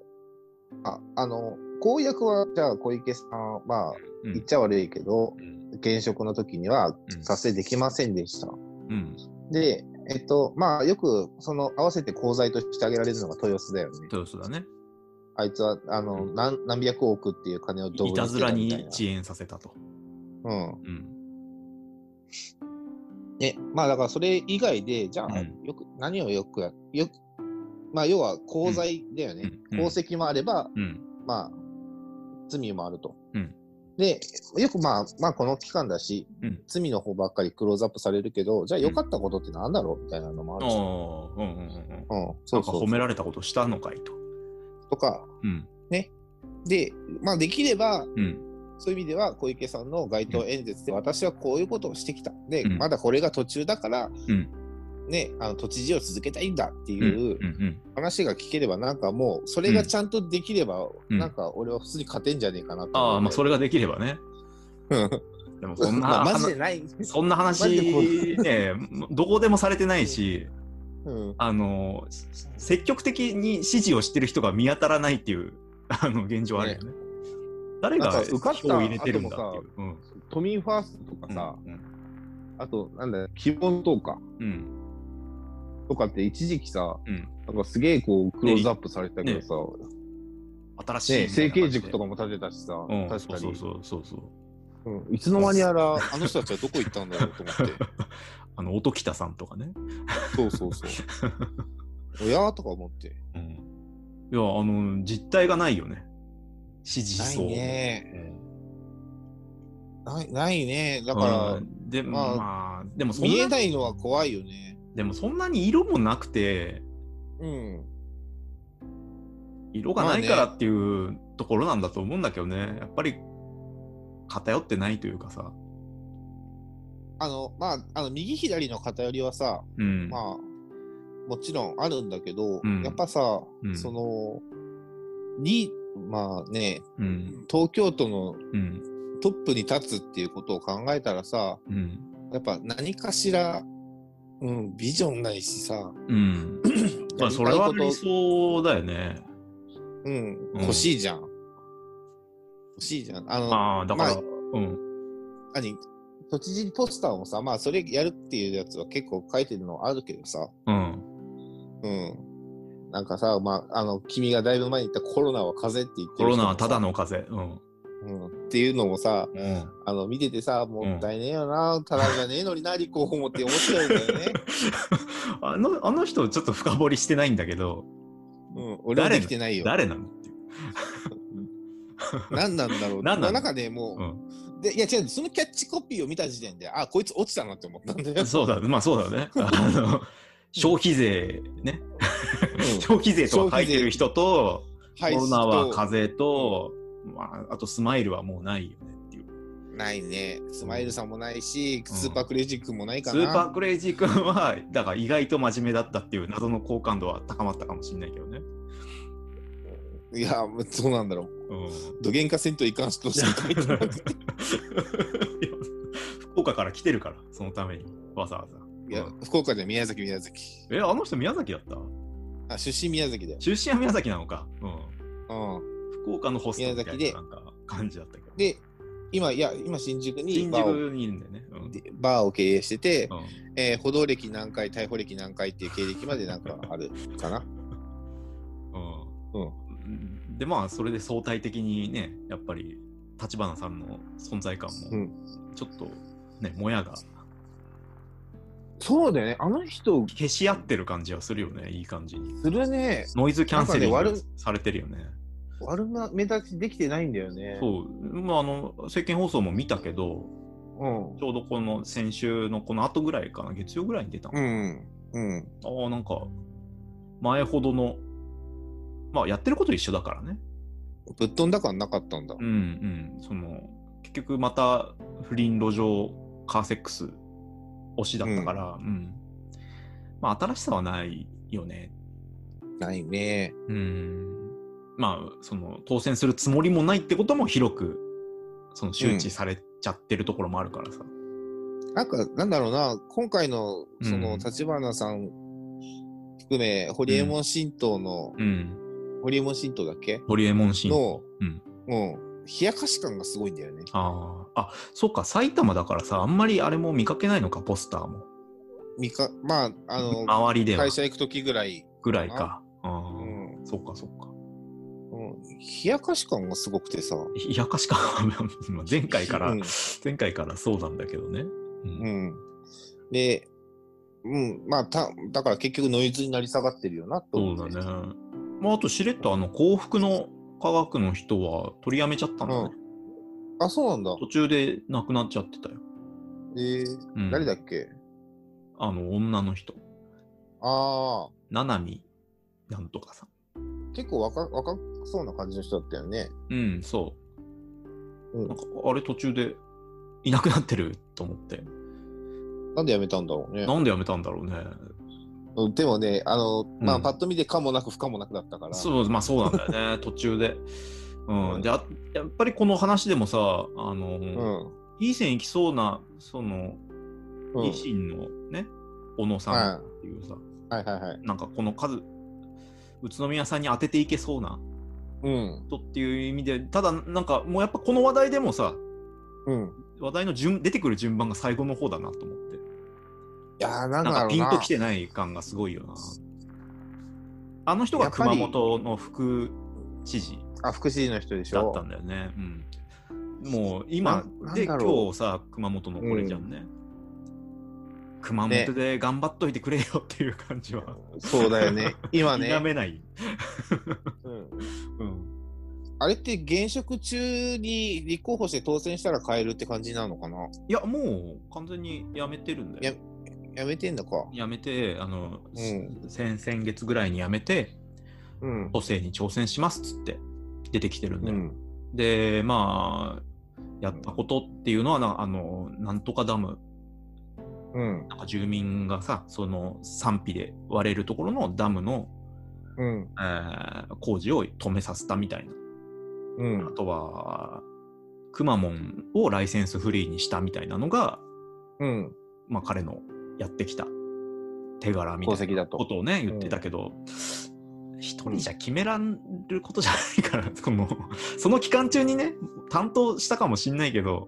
Speaker 1: ああの、公約は、じゃあ小池さん、まあ、
Speaker 2: うん
Speaker 1: 言っちゃ悪いけど、
Speaker 2: うん
Speaker 1: 現職の時には達成できませんでした。
Speaker 2: うん
Speaker 1: で、えっと、まあ、よく、その、合わせて功罪として挙げられるのが豊洲だよね。
Speaker 2: 豊洲だね。
Speaker 1: あいつは、あの、
Speaker 2: うん
Speaker 1: 何何百億っていう金をどう
Speaker 2: いたずらに遅延させたと。
Speaker 1: うん。
Speaker 2: うん
Speaker 1: ね、まあだからそれ以外で、じゃあ、
Speaker 2: うん
Speaker 1: よく、何をよくや、よく、まあ要は功罪だよね。
Speaker 2: うんうん
Speaker 1: 功績もあれば、
Speaker 2: うん
Speaker 1: まあ、罪もあると。
Speaker 2: うん
Speaker 1: で、よくまあ、まあこの期間だし、
Speaker 2: うん
Speaker 1: 罪の方ばっかりクローズアップされるけど、じゃあ良かったことってなんだろうみたいなのもあ
Speaker 2: あ
Speaker 1: る
Speaker 2: あ
Speaker 1: し。
Speaker 2: うんうんうんうん。
Speaker 1: うん、そ
Speaker 2: な
Speaker 1: うん
Speaker 2: か
Speaker 1: そう
Speaker 2: 褒められたことしたのかいと。
Speaker 1: とか、
Speaker 2: うん
Speaker 1: で、まあできれば、
Speaker 2: うん
Speaker 1: そういう意味では小池さんの街頭演説で、私はこういうことをしてきた。で、
Speaker 2: うん
Speaker 1: まだこれが途中だから、
Speaker 2: うん
Speaker 1: ね、あの都知事を続けたいんだって
Speaker 2: うんう
Speaker 1: いう、
Speaker 2: ん
Speaker 1: 話が聞ければ、なんかもう、それがちゃんとできれば、
Speaker 2: うん
Speaker 1: なんか俺は普通に勝てんじゃねえかなと
Speaker 2: ああまあそ
Speaker 1: れ、
Speaker 2: れができればね。でもそんな、
Speaker 1: まあ、マジでない。
Speaker 2: そんな
Speaker 1: マジ
Speaker 2: 話
Speaker 1: で
Speaker 2: ねどこでもされてないし。
Speaker 1: うん、
Speaker 2: あのし積極的に支持をしてる人が見当たらないっていう あの現状あるよね。誰
Speaker 1: な
Speaker 2: が
Speaker 1: んか受かった
Speaker 2: 票を入れてるんだっていう。うん
Speaker 1: 都民ファーストとかさ、
Speaker 2: うん
Speaker 1: あと、なんだよ、希望とか
Speaker 2: うん
Speaker 1: とかって一時期さ、
Speaker 2: うん
Speaker 1: なんかすげえこう、クローズアップされてたけどさ、
Speaker 2: 新しい
Speaker 1: ね
Speaker 2: みた
Speaker 1: 整
Speaker 2: いな感
Speaker 1: 形
Speaker 2: じで
Speaker 1: 塾とかも立てたしさ、
Speaker 2: うん、
Speaker 1: 確かに
Speaker 2: そうそうそうそうそう
Speaker 1: うんいつの間にやら、あの人たちはどこ行ったんだろうと思って、
Speaker 2: あの音北さんとかね、
Speaker 1: そうそうそう。おやーとか思って。
Speaker 2: うん、いやあの実態がないよね支持
Speaker 1: ない
Speaker 2: 層
Speaker 1: ね。ないないね。だから、
Speaker 2: うんでも、
Speaker 1: まあ
Speaker 2: まあ、でもそん
Speaker 1: 見え
Speaker 2: な
Speaker 1: ないのは怖いよね。
Speaker 2: でもそんなに色もなくて
Speaker 1: うん。
Speaker 2: 色がないからっていうところなんだと思うんだけどね、やっぱり偏ってないというかさ、
Speaker 1: あの、まあ、あの右左の偏りはさ、
Speaker 2: うん
Speaker 1: まあ、もちろんあるんだけど、
Speaker 2: うん
Speaker 1: やっぱさ、
Speaker 2: うん
Speaker 1: その、に、まあね、
Speaker 2: うん
Speaker 1: 東京都の
Speaker 2: うん
Speaker 1: トップに立つっていうことを考えたらさ、
Speaker 2: うん
Speaker 1: やっぱ何かしら、うん、ビジョンないしさ、
Speaker 2: うん、まあそれ
Speaker 1: や
Speaker 2: は
Speaker 1: りたい
Speaker 2: 理
Speaker 1: こ
Speaker 2: 想だよね。
Speaker 1: と、うん、
Speaker 2: うん
Speaker 1: 欲しいじゃん。欲しいじゃん。あの、
Speaker 2: ああ、だか
Speaker 1: ま
Speaker 2: ら、
Speaker 1: あ
Speaker 2: うん、
Speaker 1: 何都知事ポスターもさ、まあそれやるっていうやつは結構書いてるのあるけどさ、
Speaker 2: うん、
Speaker 1: うん。なんかさ、まあ、あの、君がだいぶ前に言ったコロナは風邪って言って
Speaker 2: コ
Speaker 1: る
Speaker 2: ロ
Speaker 1: 人も
Speaker 2: ナは
Speaker 1: さ
Speaker 2: ただ、の風邪。うん
Speaker 1: うん。っていうのもさ、
Speaker 2: うん
Speaker 1: あの、見ててさ、も
Speaker 2: うん
Speaker 1: ったいねえよな、ただじゃねえのにな、立候補もって思っちゃうんだよ ね。
Speaker 2: あのあの人ちょっと深掘りしてないんだけど
Speaker 1: うん。俺はできてないよ。
Speaker 2: 誰なのっていう、
Speaker 1: 何なんだろう。
Speaker 2: 何なの
Speaker 1: なんかね、も
Speaker 2: う
Speaker 1: う、
Speaker 2: ん
Speaker 1: で、いや違う、そのキャッチコピーを見た時点で、あ、こいつ落ちたなって思ったんだよ。
Speaker 2: そうだまあそうだねあの消費税ね、
Speaker 1: うん
Speaker 2: 消費税とは書いてる人とコ
Speaker 1: はい
Speaker 2: ロナは風邪と、まあ、あとスマイルはもうないよねっていう
Speaker 1: ないね。スマイルさんもないし、スーパークレイジックもないか
Speaker 2: スーパー
Speaker 1: な。
Speaker 2: クレイジー君はだから意外と真面目だったっていう謎の好感度は高まったかもしれないけどね、
Speaker 1: いや、そうなんだろう。
Speaker 2: うん、
Speaker 1: どげんかせんといかんしとしか書いてなく て
Speaker 2: いや福岡から来てるからそのためにわざわざ
Speaker 1: いや
Speaker 2: うん、
Speaker 1: 福岡じゃ宮崎、宮崎。
Speaker 2: えあの人宮崎だった
Speaker 1: あ、出身宮崎だよ。
Speaker 2: 出身は宮崎なのか、うん、
Speaker 1: うん。
Speaker 2: 福岡のホストみたい
Speaker 1: 宮崎で
Speaker 2: ななんか感じだったけど。
Speaker 1: で、今、いや、今、新宿に
Speaker 2: 新
Speaker 1: バーを
Speaker 2: 宿にいるんだよね。うん
Speaker 1: でバーを経営してて、
Speaker 2: うん
Speaker 1: えー歩道歴何回、逮捕歴何回っていう経歴までなんかあるかな。
Speaker 2: うんでまあそれで相対的にねやっぱり立花さんの存在感
Speaker 1: う
Speaker 2: も
Speaker 1: ん。
Speaker 2: ちょっとね、もやが
Speaker 1: そうだよね。あの人、
Speaker 2: 消し合ってる感じはするよねいい感じに
Speaker 1: するね。
Speaker 2: ノイズキャンセリン
Speaker 1: なんかね
Speaker 2: グ
Speaker 1: 悪
Speaker 2: されてるよね
Speaker 1: 悪目立ちできてないんだよね。
Speaker 2: そうまああの政見放送も見たけど
Speaker 1: う。
Speaker 2: ちょうどこの先週のこの後ぐらいかな月曜ぐらいに出たの
Speaker 1: うん。うん。
Speaker 2: ああ、なんか、前ほどの、まあ、やってること一緒だからね。
Speaker 1: ぶっ飛んだ感なかったんだ。
Speaker 2: うんうん。その、結局また不倫路上カーセックス推しだったから、うん。まあ、新しさはないよね。
Speaker 1: ないね。
Speaker 2: うん。まあ、その、当選するつもりもないってことも広く、その、周知されちゃってるところもあるからさ。
Speaker 1: なんか、なんだろうな、今回の、そ
Speaker 2: うん
Speaker 1: の、立花さん含め、ホリエモン神道の、
Speaker 2: うん。
Speaker 1: ホリエモン神道だっけ
Speaker 2: ホリエモンシーン
Speaker 1: の。
Speaker 2: うん。
Speaker 1: うん。冷やかし感がすごいんだよね。
Speaker 2: ああ。あ、そうか、埼玉だからさ、あんまりあれも見かけないのか、ポスターも。
Speaker 1: みか、まあ、あの、
Speaker 2: 周りでは
Speaker 1: 会。社行くときぐらい、
Speaker 2: ぐらいか。あ
Speaker 1: う
Speaker 2: あ。
Speaker 1: ん。
Speaker 2: そっか、そっか。
Speaker 1: うん冷やかし感がすごくてさ。
Speaker 2: 冷やかしか まあ前回から、
Speaker 1: うん
Speaker 2: 前回からそうなんだけどね。う
Speaker 1: うんん。で、うん、まあ、た、だから結局ノイズになり下がってるよなと思
Speaker 2: そう
Speaker 1: って。
Speaker 2: だね。まあ、あと、しれっと、あの、幸福の科学の人は取りやめちゃったんだね。
Speaker 1: あ、そうなんだ。
Speaker 2: 途中で亡くなっちゃってたよ。
Speaker 1: えー
Speaker 2: うん
Speaker 1: 誰だっけ
Speaker 2: あの、女の人。
Speaker 1: ああ、
Speaker 2: ななみなんとかさん。
Speaker 1: 結構若、若そうな感じの人だったよね。
Speaker 2: うん、そう。
Speaker 1: うん
Speaker 2: なんか、あれ途中でいなくなってると思って。
Speaker 1: なんで辞めたんだろうね。
Speaker 2: なんでやめたんだろうね。
Speaker 1: うんでもね、あの、ま
Speaker 2: う
Speaker 1: あ、
Speaker 2: ん
Speaker 1: パッと見て可もなく不可もなくだったから。
Speaker 2: そう、まあそうなんだ よね、途中で。
Speaker 1: う
Speaker 2: う、
Speaker 1: んん
Speaker 2: であやっぱりこの話でもさ、あの
Speaker 1: うん。
Speaker 2: いい線いきそうな、その、
Speaker 1: うん。
Speaker 2: 維新のね、小野さんっていうさ、
Speaker 1: はいはいはい。
Speaker 2: なんかこの数、宇都宮さんに当てていけそうな
Speaker 1: うん。
Speaker 2: 人っていう意味で、ただなんかもうやっぱこの話題でもさ、
Speaker 1: うん。
Speaker 2: 話題の順出てくる順番が最後の方だなと思って。
Speaker 1: いやー、なん
Speaker 2: なん
Speaker 1: だろうな。
Speaker 2: かピンときてない感がすごいよな。あの人
Speaker 1: や
Speaker 2: が
Speaker 1: っぱ
Speaker 2: 熊
Speaker 1: り
Speaker 2: 本の副知事。
Speaker 1: あ、福祉の人でし
Speaker 2: だ
Speaker 1: ょ。
Speaker 2: ったんだよね。うん、もう今
Speaker 1: な
Speaker 2: で
Speaker 1: なんだ
Speaker 2: 今
Speaker 1: ろう
Speaker 2: 日さ熊本のこれじゃんね。熊本で頑張っといてくれよっていう感じは、
Speaker 1: そうだよね。今
Speaker 2: 否
Speaker 1: ね、
Speaker 2: めない。
Speaker 1: うん
Speaker 2: うん、
Speaker 1: あれって現職中に立候補して当選したら変えるって感じなのかない
Speaker 2: やもう完全にやめてるんだよ
Speaker 1: や。やめてんだか。
Speaker 2: やめてあの、
Speaker 1: う
Speaker 2: 先先月ぐらいにやめて
Speaker 1: うん。
Speaker 2: 都政に挑戦しますっつって出てきてるんだ
Speaker 1: う
Speaker 2: よ。
Speaker 1: ん。
Speaker 2: でまあやったことっていうのはなあのなんとかダム
Speaker 1: うん。
Speaker 2: なんか住民がさその賛否で割れるところのダムの、
Speaker 1: うん。
Speaker 2: えー工事を止めさせたみたいな、
Speaker 1: うん
Speaker 2: あ。とはくまモンをライセンスフリーにしたみたいなのが、
Speaker 1: うん。
Speaker 2: まあ、彼のやってきた手柄み
Speaker 1: 功
Speaker 2: たい
Speaker 1: 績
Speaker 2: な
Speaker 1: だと
Speaker 2: ことをね
Speaker 1: ん
Speaker 2: 言ってたけど。一人じゃ決められることじゃないから、その その期間中にね担当したかもしんないけど、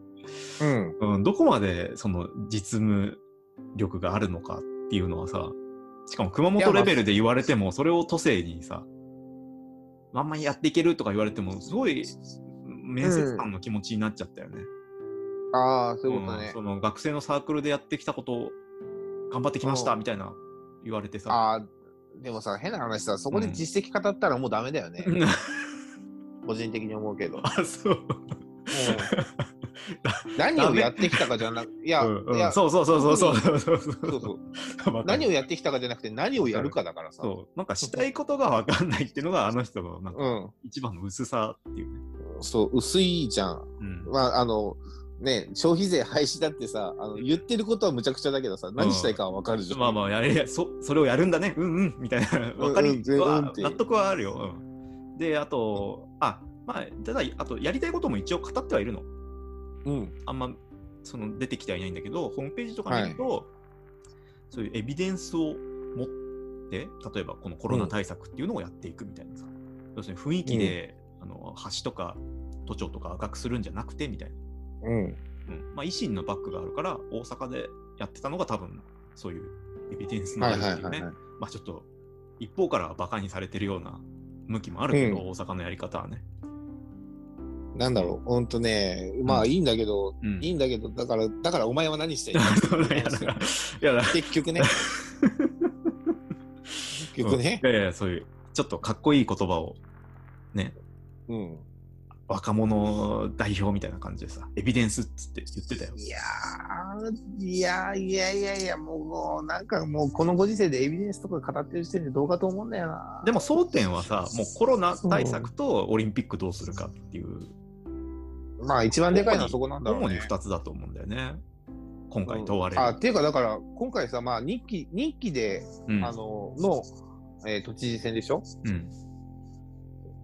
Speaker 1: うん。
Speaker 2: うん、どこまでその実務力があるのかっていうのはさしかも熊本レベルで言われてもそれを都政にさあんまりやっていけるとか言われてもすごい面接官の気持ちになっちゃったよね。
Speaker 1: ああ、そういうことね。
Speaker 2: うんその学生のサークルでやってきたことを頑張ってきました
Speaker 1: うん
Speaker 2: みたいな言われてさ。
Speaker 1: ああ、でもさ、変な話さ、そこで実績語ったらもうダメだよね。個人的に思うけど。
Speaker 2: あ そう
Speaker 1: うん何をやってきたかじゃなく、いや、
Speaker 2: うんうん
Speaker 1: いや、
Speaker 2: そうそうそうそうそうそうそうそう
Speaker 1: そうそう。
Speaker 2: わかる
Speaker 1: 何をやってきたかじゃなくて、何をやるかだからさ。
Speaker 2: そうなんかしたいことが分かんないっていうのがあの人のなんか
Speaker 1: うん。
Speaker 2: 一番の薄さっていうね。
Speaker 1: そう、薄いじゃん。
Speaker 2: うん
Speaker 1: まあ、あの、ね、消費税廃止だってさ、あの言ってることはむちゃくちゃだけどさ、何したいかはわかるじゃん。
Speaker 2: まあまあやれやそそれをやるんだねうんうんみたいな分か
Speaker 1: うんう
Speaker 2: り
Speaker 1: ん全然
Speaker 2: は
Speaker 1: っていう
Speaker 2: 納得はあるよ、うんであとあまあただあとやりたいことも一応語ってはいるの
Speaker 1: うん。
Speaker 2: あんまその出てきてはいないんだけどホームページとか見ると、そういうエビデンスを持って例えばこのコロナ対策っていうのをやっていくみたいなさ、要するに雰囲気で、あの橋とか都庁とか赤くするんじゃなくてみたいな、
Speaker 1: うん。
Speaker 2: うんまあ、維新のバックがあるから大阪でやってたのが多分そういうエビデンスのあるっていうね、まあちょっと一方からはバカにされてるような向きもあるけど、
Speaker 1: う
Speaker 2: 大阪のやり方はね。
Speaker 1: なんだろう、ほんとね、ま
Speaker 2: う
Speaker 1: あ
Speaker 2: ん
Speaker 1: いいんだけど、
Speaker 2: うん、
Speaker 1: いいんだけど、だから、だからお前は何したい
Speaker 2: そうだいやだからいやだ
Speaker 1: 結局 ね。結局ね
Speaker 2: うん。いやいやそういうちょっとかっこいい言葉をね
Speaker 1: うん。
Speaker 2: 若者代表みたいな感じでさ、エビデンスっつって言ってたよ。
Speaker 1: いやー、いやいやいやいや、もう、なんかもう、このご時世でエビデンスとか語ってる時点でどうかと思うんだよな。
Speaker 2: でも争点はさ、もうコロナ対策とオリンピックどうするかっていう、
Speaker 1: まあ、一番でかいのはそこなんだろうね。
Speaker 2: 主に2つだと思うんだよね。今回問われる。
Speaker 1: あっていうか、だから、今回さ、まあ、日記、日記で、
Speaker 2: うん
Speaker 1: あの、の、えー都知事選でしょ
Speaker 2: うん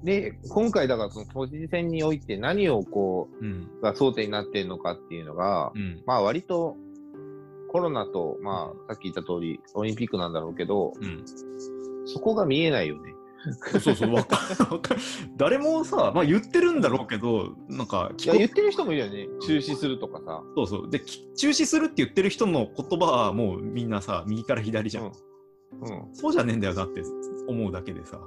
Speaker 1: で、今回、だから、その都知事選において何をこ
Speaker 2: うん
Speaker 1: う、が争点になってるのかっていうのが、
Speaker 2: うん
Speaker 1: まあ、割と、コロナと、まあ、さっき言った通り、オリンピックなんだろうけど、
Speaker 2: うん、
Speaker 1: そこが見えないよね。
Speaker 2: そうそう、わかわか誰もさ、まあ、言ってるんだろうけど、なんか
Speaker 1: い
Speaker 2: 聞
Speaker 1: や、
Speaker 2: こ
Speaker 1: 言ってる人もいるよね。中止するとかさ。
Speaker 2: そうそうでき中止するって言ってる人の言葉はもうみんなさ、右から左じゃん。
Speaker 1: うん。
Speaker 2: そうじゃねえんだよなって思うだけでさ。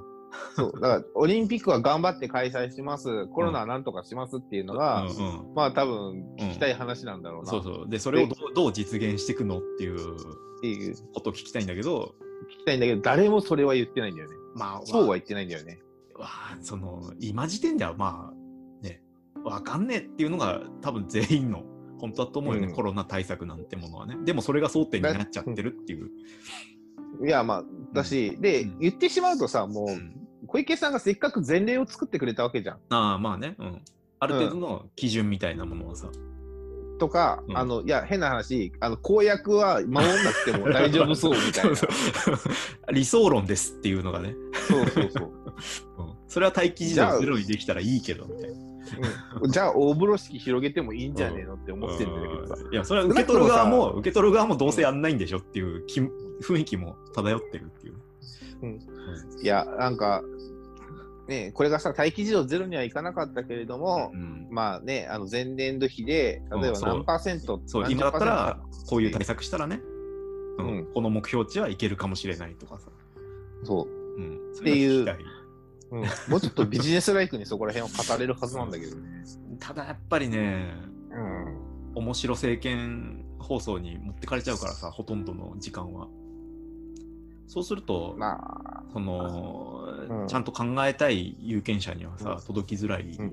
Speaker 1: そう。だから、オリンピックは頑張って開催します。コロナはなんとかしますっていうのが、
Speaker 2: うんうん
Speaker 1: まあ、多分、聞きたい話なんだろうな。
Speaker 2: そうそうでそれをどうどう実現していくのっていう
Speaker 1: っていう、聞
Speaker 2: ことを聞きたいんだけど、
Speaker 1: きたいんだけど、誰もそれは言ってないんだよね。
Speaker 2: まあ、
Speaker 1: そうは言ってないんだよね。
Speaker 2: わあその今時点ではまあねわかんねえっていうのが多分全員の本当だと思うよね、
Speaker 1: うん
Speaker 2: コロナ対策なんてものはねでもそれが争点になっちゃってるっていう、
Speaker 1: いや、まあ、だし、で、
Speaker 2: うん
Speaker 1: 言ってしまうとさ、も
Speaker 2: う
Speaker 1: う、
Speaker 2: ん
Speaker 1: 小池さんがせっかく前例を作ってくれたわけじゃん。
Speaker 2: ああまあね、うん、ある程度の基準みたいなものはさ、
Speaker 1: とか、
Speaker 2: うん
Speaker 1: あの、いや、変な話、あの、公約は守んなくても大丈夫そうみたいな。
Speaker 2: そ
Speaker 1: そう
Speaker 2: うそう理想論ですっていうのがね、
Speaker 1: そうそう。
Speaker 2: うん、それは待機児童ゼロにできたらいいけどみたいな
Speaker 1: うんじゃあ大風呂敷広げてもいいんじゃねえのって思ってるんだけどさ、
Speaker 2: いやそれは受け取る側も受け取る側もどうせやんないんでしょっていう気雰囲気も漂ってるっていう、
Speaker 1: うん
Speaker 2: うん
Speaker 1: いやなんかねこれがさ待機児童ゼロにはいかなかったけれども、
Speaker 2: うん
Speaker 1: まあねあの前年度比で例え
Speaker 2: うん
Speaker 1: ば
Speaker 2: そう
Speaker 1: 何パーセント、
Speaker 2: そう
Speaker 1: 何十
Speaker 2: 今だった
Speaker 1: パー
Speaker 2: ら
Speaker 1: セン
Speaker 2: こういう対策したらね、うん
Speaker 1: うん
Speaker 2: この目標値はいけるかもしれないとかさ、
Speaker 1: トそ
Speaker 2: うん、
Speaker 1: ていう
Speaker 2: それが聞き
Speaker 1: う、うん、もうちょっとビジネスライクにそこら辺を語れるはずなんだけどね、
Speaker 2: たいただやっぱりね
Speaker 1: うん、
Speaker 2: 面白政見放送に持ってかれちゃうからさほとんどの時間はそうすると、
Speaker 1: まあ
Speaker 2: その、
Speaker 1: うん
Speaker 2: ちゃんと考えたい有権者にはさ、
Speaker 1: うん
Speaker 2: 届きづらいよね、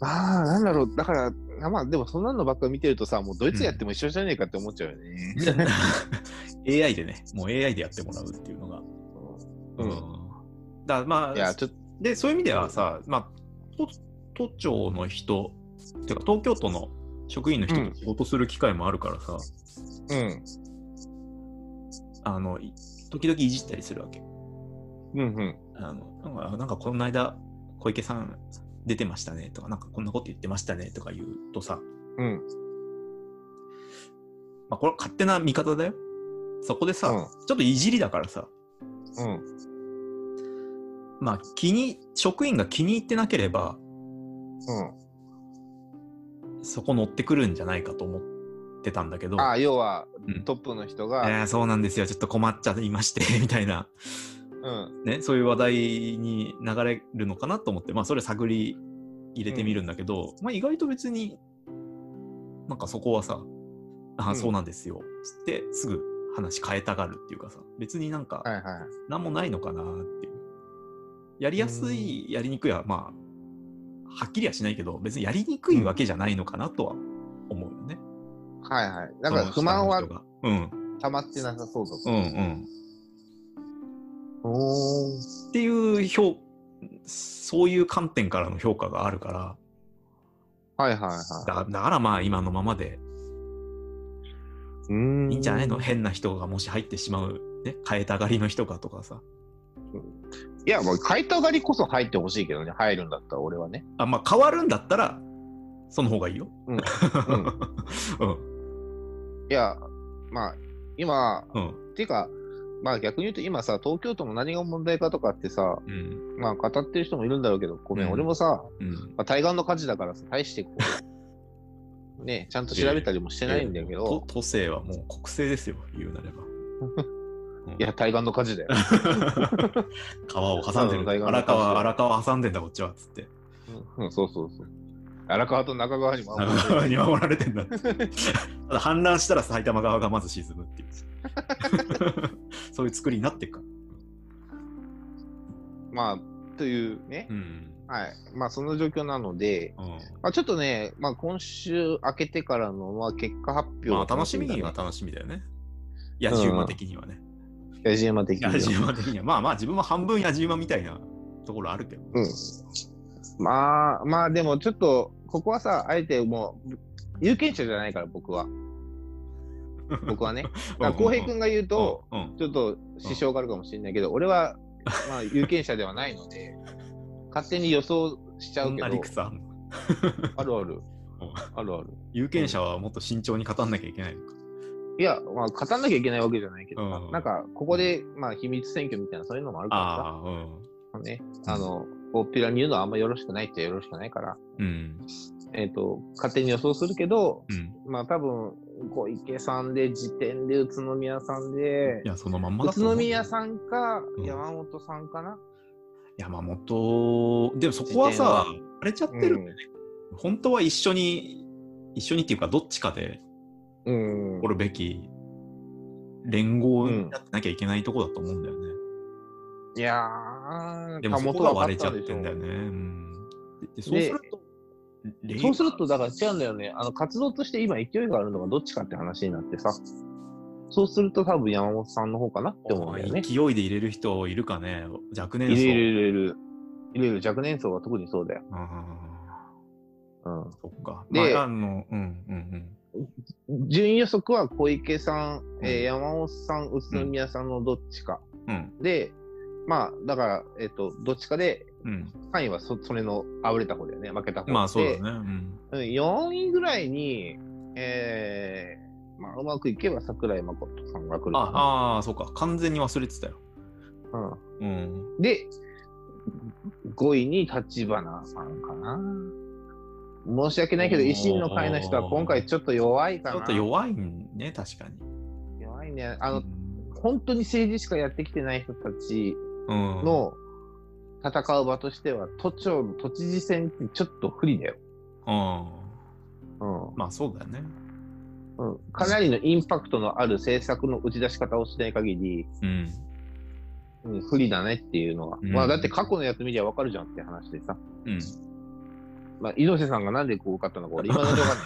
Speaker 1: まあなんだろうだからまあでもそんなのばっか見てるとさもうドイツやっても一緒じゃねえかって思っちゃうよね、
Speaker 2: AI でね、もう AI でやってもらうっていうのが。
Speaker 1: うん
Speaker 2: だからま
Speaker 1: いや
Speaker 2: あ、
Speaker 1: ちょっ
Speaker 2: で、そういう意味ではさ、まあ、都都庁の人、ていうか東京都の職員の人
Speaker 1: うん
Speaker 2: と仕事する機会もあるからさ、
Speaker 1: とうん
Speaker 2: あの、い時々いじったりするわけ。
Speaker 1: うんうん
Speaker 2: あのなんか、あなんかこの間、小池さん出てましたねとか、なんかこんなこと言ってましたねとか言うとさ、
Speaker 1: うん
Speaker 2: まあ、これは勝手な見方だよ。そこでさ、
Speaker 1: うん
Speaker 2: ちょっといじりだからさ、
Speaker 1: うん
Speaker 2: まあ、気に、職員が気に入ってなければ、
Speaker 1: うん
Speaker 2: そこ乗ってくるんじゃないかと思ってたんだけど、
Speaker 1: ああ要は
Speaker 2: うん
Speaker 1: トップの人
Speaker 2: え
Speaker 1: が、
Speaker 2: ーそうなんですよ、ちょっと困っちゃいまして、 みたいな、
Speaker 1: うん
Speaker 2: ね、そういう話題に流れるのかなと思って、まあ、それ探り入れてみるんだけど、まあ、意外と別に、なんかそこはさ、あ
Speaker 1: う
Speaker 2: あ、
Speaker 1: ん
Speaker 2: そうなんですよ、つって、すぐ話変えたがるっていうかさ、別になんか、
Speaker 1: はいは
Speaker 2: なんもないのかなっていう。やりやすい、やりにくいは、まあ、はっきりはしないけど、別にやりにくいわけじゃないのかなとは思うよね。
Speaker 1: いはいはいだから不満は
Speaker 2: その下の人がうん、
Speaker 1: 溜まってなさそうだと、
Speaker 2: うん、うん。
Speaker 1: おー
Speaker 2: っていう評、そういう観点からの評価があるから、
Speaker 1: はいはいは
Speaker 2: だだからまあ今のままで
Speaker 1: いうん
Speaker 2: いいんじゃないの変な人がもし入ってしまう、ね、変えたがりの人がとかさ。
Speaker 1: いやもう買いたがりこそ入ってほしいけどね入るんだったら俺はね
Speaker 2: あ、まあ変わるんだったら、その方がいいよ。
Speaker 1: うん
Speaker 2: うん。
Speaker 1: いやまあ今
Speaker 2: うん。
Speaker 1: っていうかまあ逆に言うと今さ東京都の何が問題かとかってさ
Speaker 2: うん。
Speaker 1: まあ語ってる人もいるんだろうけどごめん、
Speaker 2: うん
Speaker 1: 俺もさ、
Speaker 2: うん。
Speaker 1: まあ、対岸の火事だからさ大してこう ねちゃんと調べたりもしてないんだけ
Speaker 2: と
Speaker 1: ど、
Speaker 2: 都政はもう国政ですよ、言うなれば。
Speaker 1: いや対岸の火事だ よ
Speaker 2: 川を挟ん で
Speaker 1: ただの大
Speaker 2: る。
Speaker 1: 河の
Speaker 2: 荒
Speaker 1: 歌詞
Speaker 2: 川、荒川挟んでんだ、こっちは。つって。
Speaker 1: うん、そうそうそう。荒川と中川にもあんま
Speaker 2: 中川に守られてんだ って。ただ氾濫したら埼玉側がまず沈むって いう。そういう作りになってるから。
Speaker 1: まあ、というね
Speaker 2: う、ん。
Speaker 1: はい。まあ、その状況なので、
Speaker 2: うん
Speaker 1: まあ、ちょっとね、まあ、今週明けてからの、まあ、結果発表、
Speaker 2: まあ、楽しみには楽しみだよね。野じ馬的にはね。
Speaker 1: 矢島的には
Speaker 2: 野じ馬的には。まあまあ、自分も半分野じ馬みたいなところあるけど。
Speaker 1: うんまあ、まあ、でもちょっと、ここはさ、あえてもう、有権者じゃないから、僕は。僕は ね。だから浩平君が言うと、
Speaker 2: うんうん
Speaker 1: ちょっと支障があるかもしれないけど、俺は、まあ、有権者ではないので、勝手に予想しちゃ
Speaker 2: そ
Speaker 1: うんけど、あ
Speaker 2: な理
Speaker 1: る
Speaker 2: 屈あんの
Speaker 1: ある。あるある。
Speaker 2: 有権者はもっと慎重に語んなきゃいけないのか。
Speaker 1: いや、まあ、語んなきゃいけないわけじゃないけどさ、
Speaker 2: うん
Speaker 1: なんか、ここで、まあ、秘密選挙みたいな、そういうのもあるか
Speaker 2: ああ、うん。
Speaker 1: らさ、ね、あの、大っぴらに言うのはあんまよろしくないっちゃよろしくないから、
Speaker 2: うん。
Speaker 1: えっ、と、勝手に予想するけど、
Speaker 2: うん。
Speaker 1: まあ、多分、小池さんで、時点で、宇都宮さんで
Speaker 2: い、や、そのまんま
Speaker 1: 宇
Speaker 2: だと思う
Speaker 1: 都宮さんか、
Speaker 2: うん
Speaker 1: 山本さんかな、
Speaker 2: 山本、でもそこはさ、荒れちゃってるんだよね。本当は一緒に、一緒にっていうか、どっちかで
Speaker 1: うん
Speaker 2: 起こるべき連合になってなきゃいけないとこだと思うんだよね。
Speaker 1: いやー、
Speaker 2: でもそこ
Speaker 1: は
Speaker 2: が割れちゃってんだよね。うんででそうすると、レイ
Speaker 1: そうすると、だから違うんだよね。あの、活動として今勢いがあるのがどっちかって話になってさ。そうすると多分山本さんの方かなって思うんだよね。
Speaker 2: 勢いで入れる人いるかね、若年層。
Speaker 1: 入れる入れる。入れる若年層は特にそうだよ。
Speaker 2: あーそっか。
Speaker 1: で
Speaker 2: まあ、あの、うんうん
Speaker 1: うん。順位予測は小池さん、えー
Speaker 2: うん
Speaker 1: 山本さん、宇都宮さんのどっちか。
Speaker 2: うん。うん
Speaker 1: で、まあ、だから、えっ、と、どっちかで、
Speaker 2: うん、
Speaker 1: 3位はそそれのあぶれた方だよね。負けた方で。
Speaker 2: まあそうだね。うん、
Speaker 1: うん4位ぐらいに、えー、まあ、うまくいけば桜井誠さんが来るかな
Speaker 2: ああー、そうか。完全に忘れてたよ。うん。
Speaker 1: うん、で、5位に立花さんかな。申し訳ないけど、
Speaker 2: おー
Speaker 1: 維新の会の人は今回ちょっと弱いかな。
Speaker 2: ちょっと弱いね、確かに。
Speaker 1: 弱いね。あの、本当に政治しかやってきてない人たち
Speaker 2: うん、うん、
Speaker 1: の戦う場としては、都庁の都知事選ってちょっと不利だよ。うん。
Speaker 2: まあそうだよね。
Speaker 1: うん、かなりのインパクトのある政策の打ち出し方をしない限り、
Speaker 2: うん。
Speaker 1: うん、不利だねっていうのは、
Speaker 2: うん
Speaker 1: まあだって過去のやつ見りゃわかるじゃんって話でさ、
Speaker 2: うん。
Speaker 1: まあ、猪瀬さんがなんでこう受かったの か俺今だにわかんない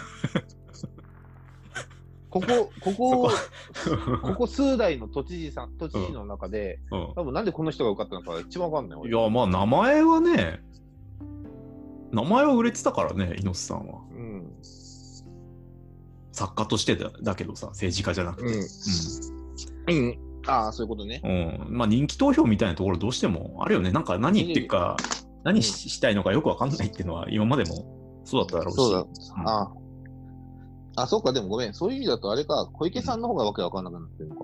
Speaker 1: ここここここ数代の都知事さん都知事の中で、
Speaker 2: うん
Speaker 1: 多分なんでこの人が受かったのか一番わかんない
Speaker 2: い
Speaker 1: 俺
Speaker 2: や、まあ、名前はね、名前は売れてたからね、猪瀬さんは。
Speaker 1: うん
Speaker 2: 作家としてだだけどさ、政治家じゃなく
Speaker 1: う
Speaker 2: て。
Speaker 1: ん、うん、ああそういうことね
Speaker 2: うん。うんまあ、人気投票みたいなところ、どうしてもあるよね。なんか、何言ってるか、何ししたいのかよくわかんないっていうのは、今までもそうだっただろうし。
Speaker 1: そうだ
Speaker 2: うん
Speaker 1: あああそうかでもごめんそういう意味だとあれか小池さんの方がわけわかんなくなってるのか、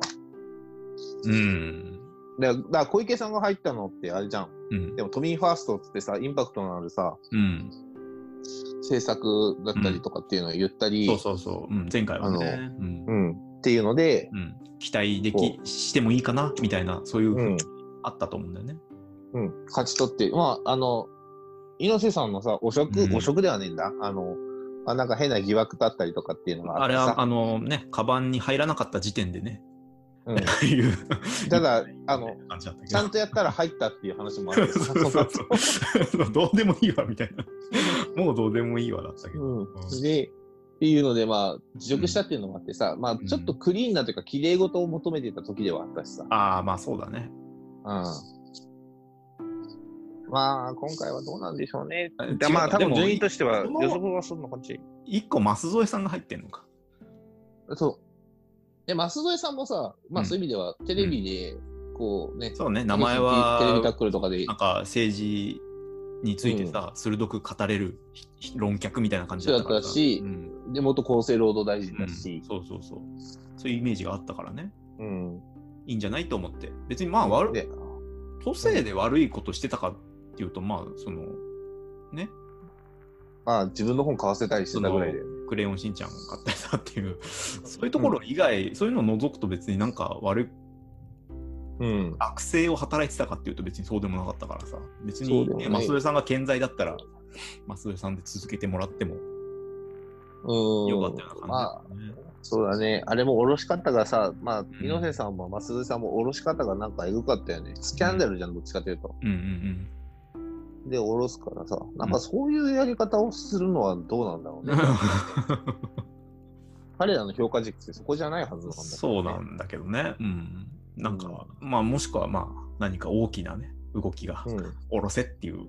Speaker 2: うん。
Speaker 1: だからだから小池さんが入ったのってあれじゃん
Speaker 2: うん
Speaker 1: で。も都民ファーストっつってさインパクトのあるさ
Speaker 2: うん。
Speaker 1: 政策だったりとかっていうのを言ったり、
Speaker 2: そうそうそう。うん、前回はね。
Speaker 1: あ
Speaker 2: うん
Speaker 1: うん、っていうので、
Speaker 2: うん、期待できしてもいいかなみたいな、そういう
Speaker 1: う
Speaker 2: ふうんにあったと思うんだよね。
Speaker 1: うん、勝ち取って、まあ、あの、猪瀬さんのさ、汚職、
Speaker 2: うん
Speaker 1: 汚職ではねえんだ。あの、まあ、なんか変な疑惑だったりとかっていうのがあ
Speaker 2: あ
Speaker 1: っ
Speaker 2: れ
Speaker 1: てさ
Speaker 2: は、あのね、カバンに入らなかった時点でね、
Speaker 1: うん
Speaker 2: っていう。
Speaker 1: ただあの、
Speaker 2: 感じだったけど
Speaker 1: ちゃんとやったら入ったっていう話もあるけどさ
Speaker 2: そうそうそう。どうでもいいわ、みたいな。もうどうでもいいわだったけど。
Speaker 1: うん、で、っていうので、まあ、辞職したっていうのもあってさ、まあ、ちょっとクリーンなというか、綺麗事を求めてた時ではあったしさ。
Speaker 2: ああ、まあそうだね。
Speaker 1: うん。まあ、今回はどうなんでしょうね。
Speaker 2: あ
Speaker 1: まあ、多分順位と
Speaker 2: して。
Speaker 1: しては
Speaker 2: でも
Speaker 1: 予測はするのこっち。
Speaker 2: 一個、舛添さんが入ってんのか。
Speaker 1: そう。で、舛添さんもさ、ま
Speaker 2: う
Speaker 1: あ
Speaker 2: ん
Speaker 1: そういう意味では、テレビで、こうね、
Speaker 2: そうね、名前は、
Speaker 1: テレビタックルとかで
Speaker 2: な、んか政治についてさ、鋭く語れるひ論客みたいな感じだったからさ
Speaker 1: そうだったし
Speaker 2: うん
Speaker 1: で、元厚生労働大臣だ
Speaker 2: うん
Speaker 1: し、
Speaker 2: そうそうそうそういうイメージがあったからね
Speaker 1: うん。
Speaker 2: いいんじゃないと思って別にまあ悪
Speaker 1: で、
Speaker 2: 都政で悪いことしてたかっていうとまあそのね
Speaker 1: まあ自分の本買わせたりしてたぐらいで。
Speaker 2: 「クレヨンしんちゃん」を買ったりさっ ていうそういうところ以外、そういうのを除くと別になんか悪い
Speaker 1: うん。
Speaker 2: 悪性を働いてたかっていうと別にそうでもなかったからさ別
Speaker 1: そう
Speaker 2: に
Speaker 1: でも
Speaker 2: ね、
Speaker 1: ない
Speaker 2: 舛添さんが健在だったら舛添さんで続けてもらっても
Speaker 1: うん。
Speaker 2: よかったような
Speaker 1: まあ、
Speaker 2: 感じだよね、
Speaker 1: そうだね。あれもおろし方がさ、まあ、猪瀬さんも、まあ、鈴さんもおろし方がなんかエグかったよね。スキャンダルじゃん、どっちかというと。
Speaker 2: うんうんうん
Speaker 1: で下ろすからさ、なんかそういうやり方をするのはどうなんだろうね。彼らの評価軸ってそこじゃないはずなんだ、ね、
Speaker 2: そうなんだけどね。うん。なんか、まあもしくはまあ何か大きなね、動きが
Speaker 1: うん。
Speaker 2: 下ろせっていう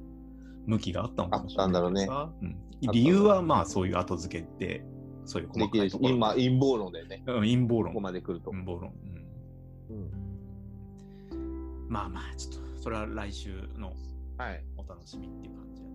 Speaker 2: 向きがあったのかもしれないけどさうん
Speaker 1: ね
Speaker 2: 理由はまあそういう後付けで、そういう
Speaker 1: で
Speaker 2: 細
Speaker 1: き
Speaker 2: か
Speaker 1: る
Speaker 2: い
Speaker 1: し
Speaker 2: と、ころ。
Speaker 1: 今、陰謀論でね、
Speaker 2: うん陰謀
Speaker 1: ここ
Speaker 2: 論。
Speaker 1: まで来ると。
Speaker 2: 陰謀論。うん
Speaker 1: うん
Speaker 2: まあまあ、ちょっと、それは来週の
Speaker 1: はい。
Speaker 2: お楽しみっていう感じで。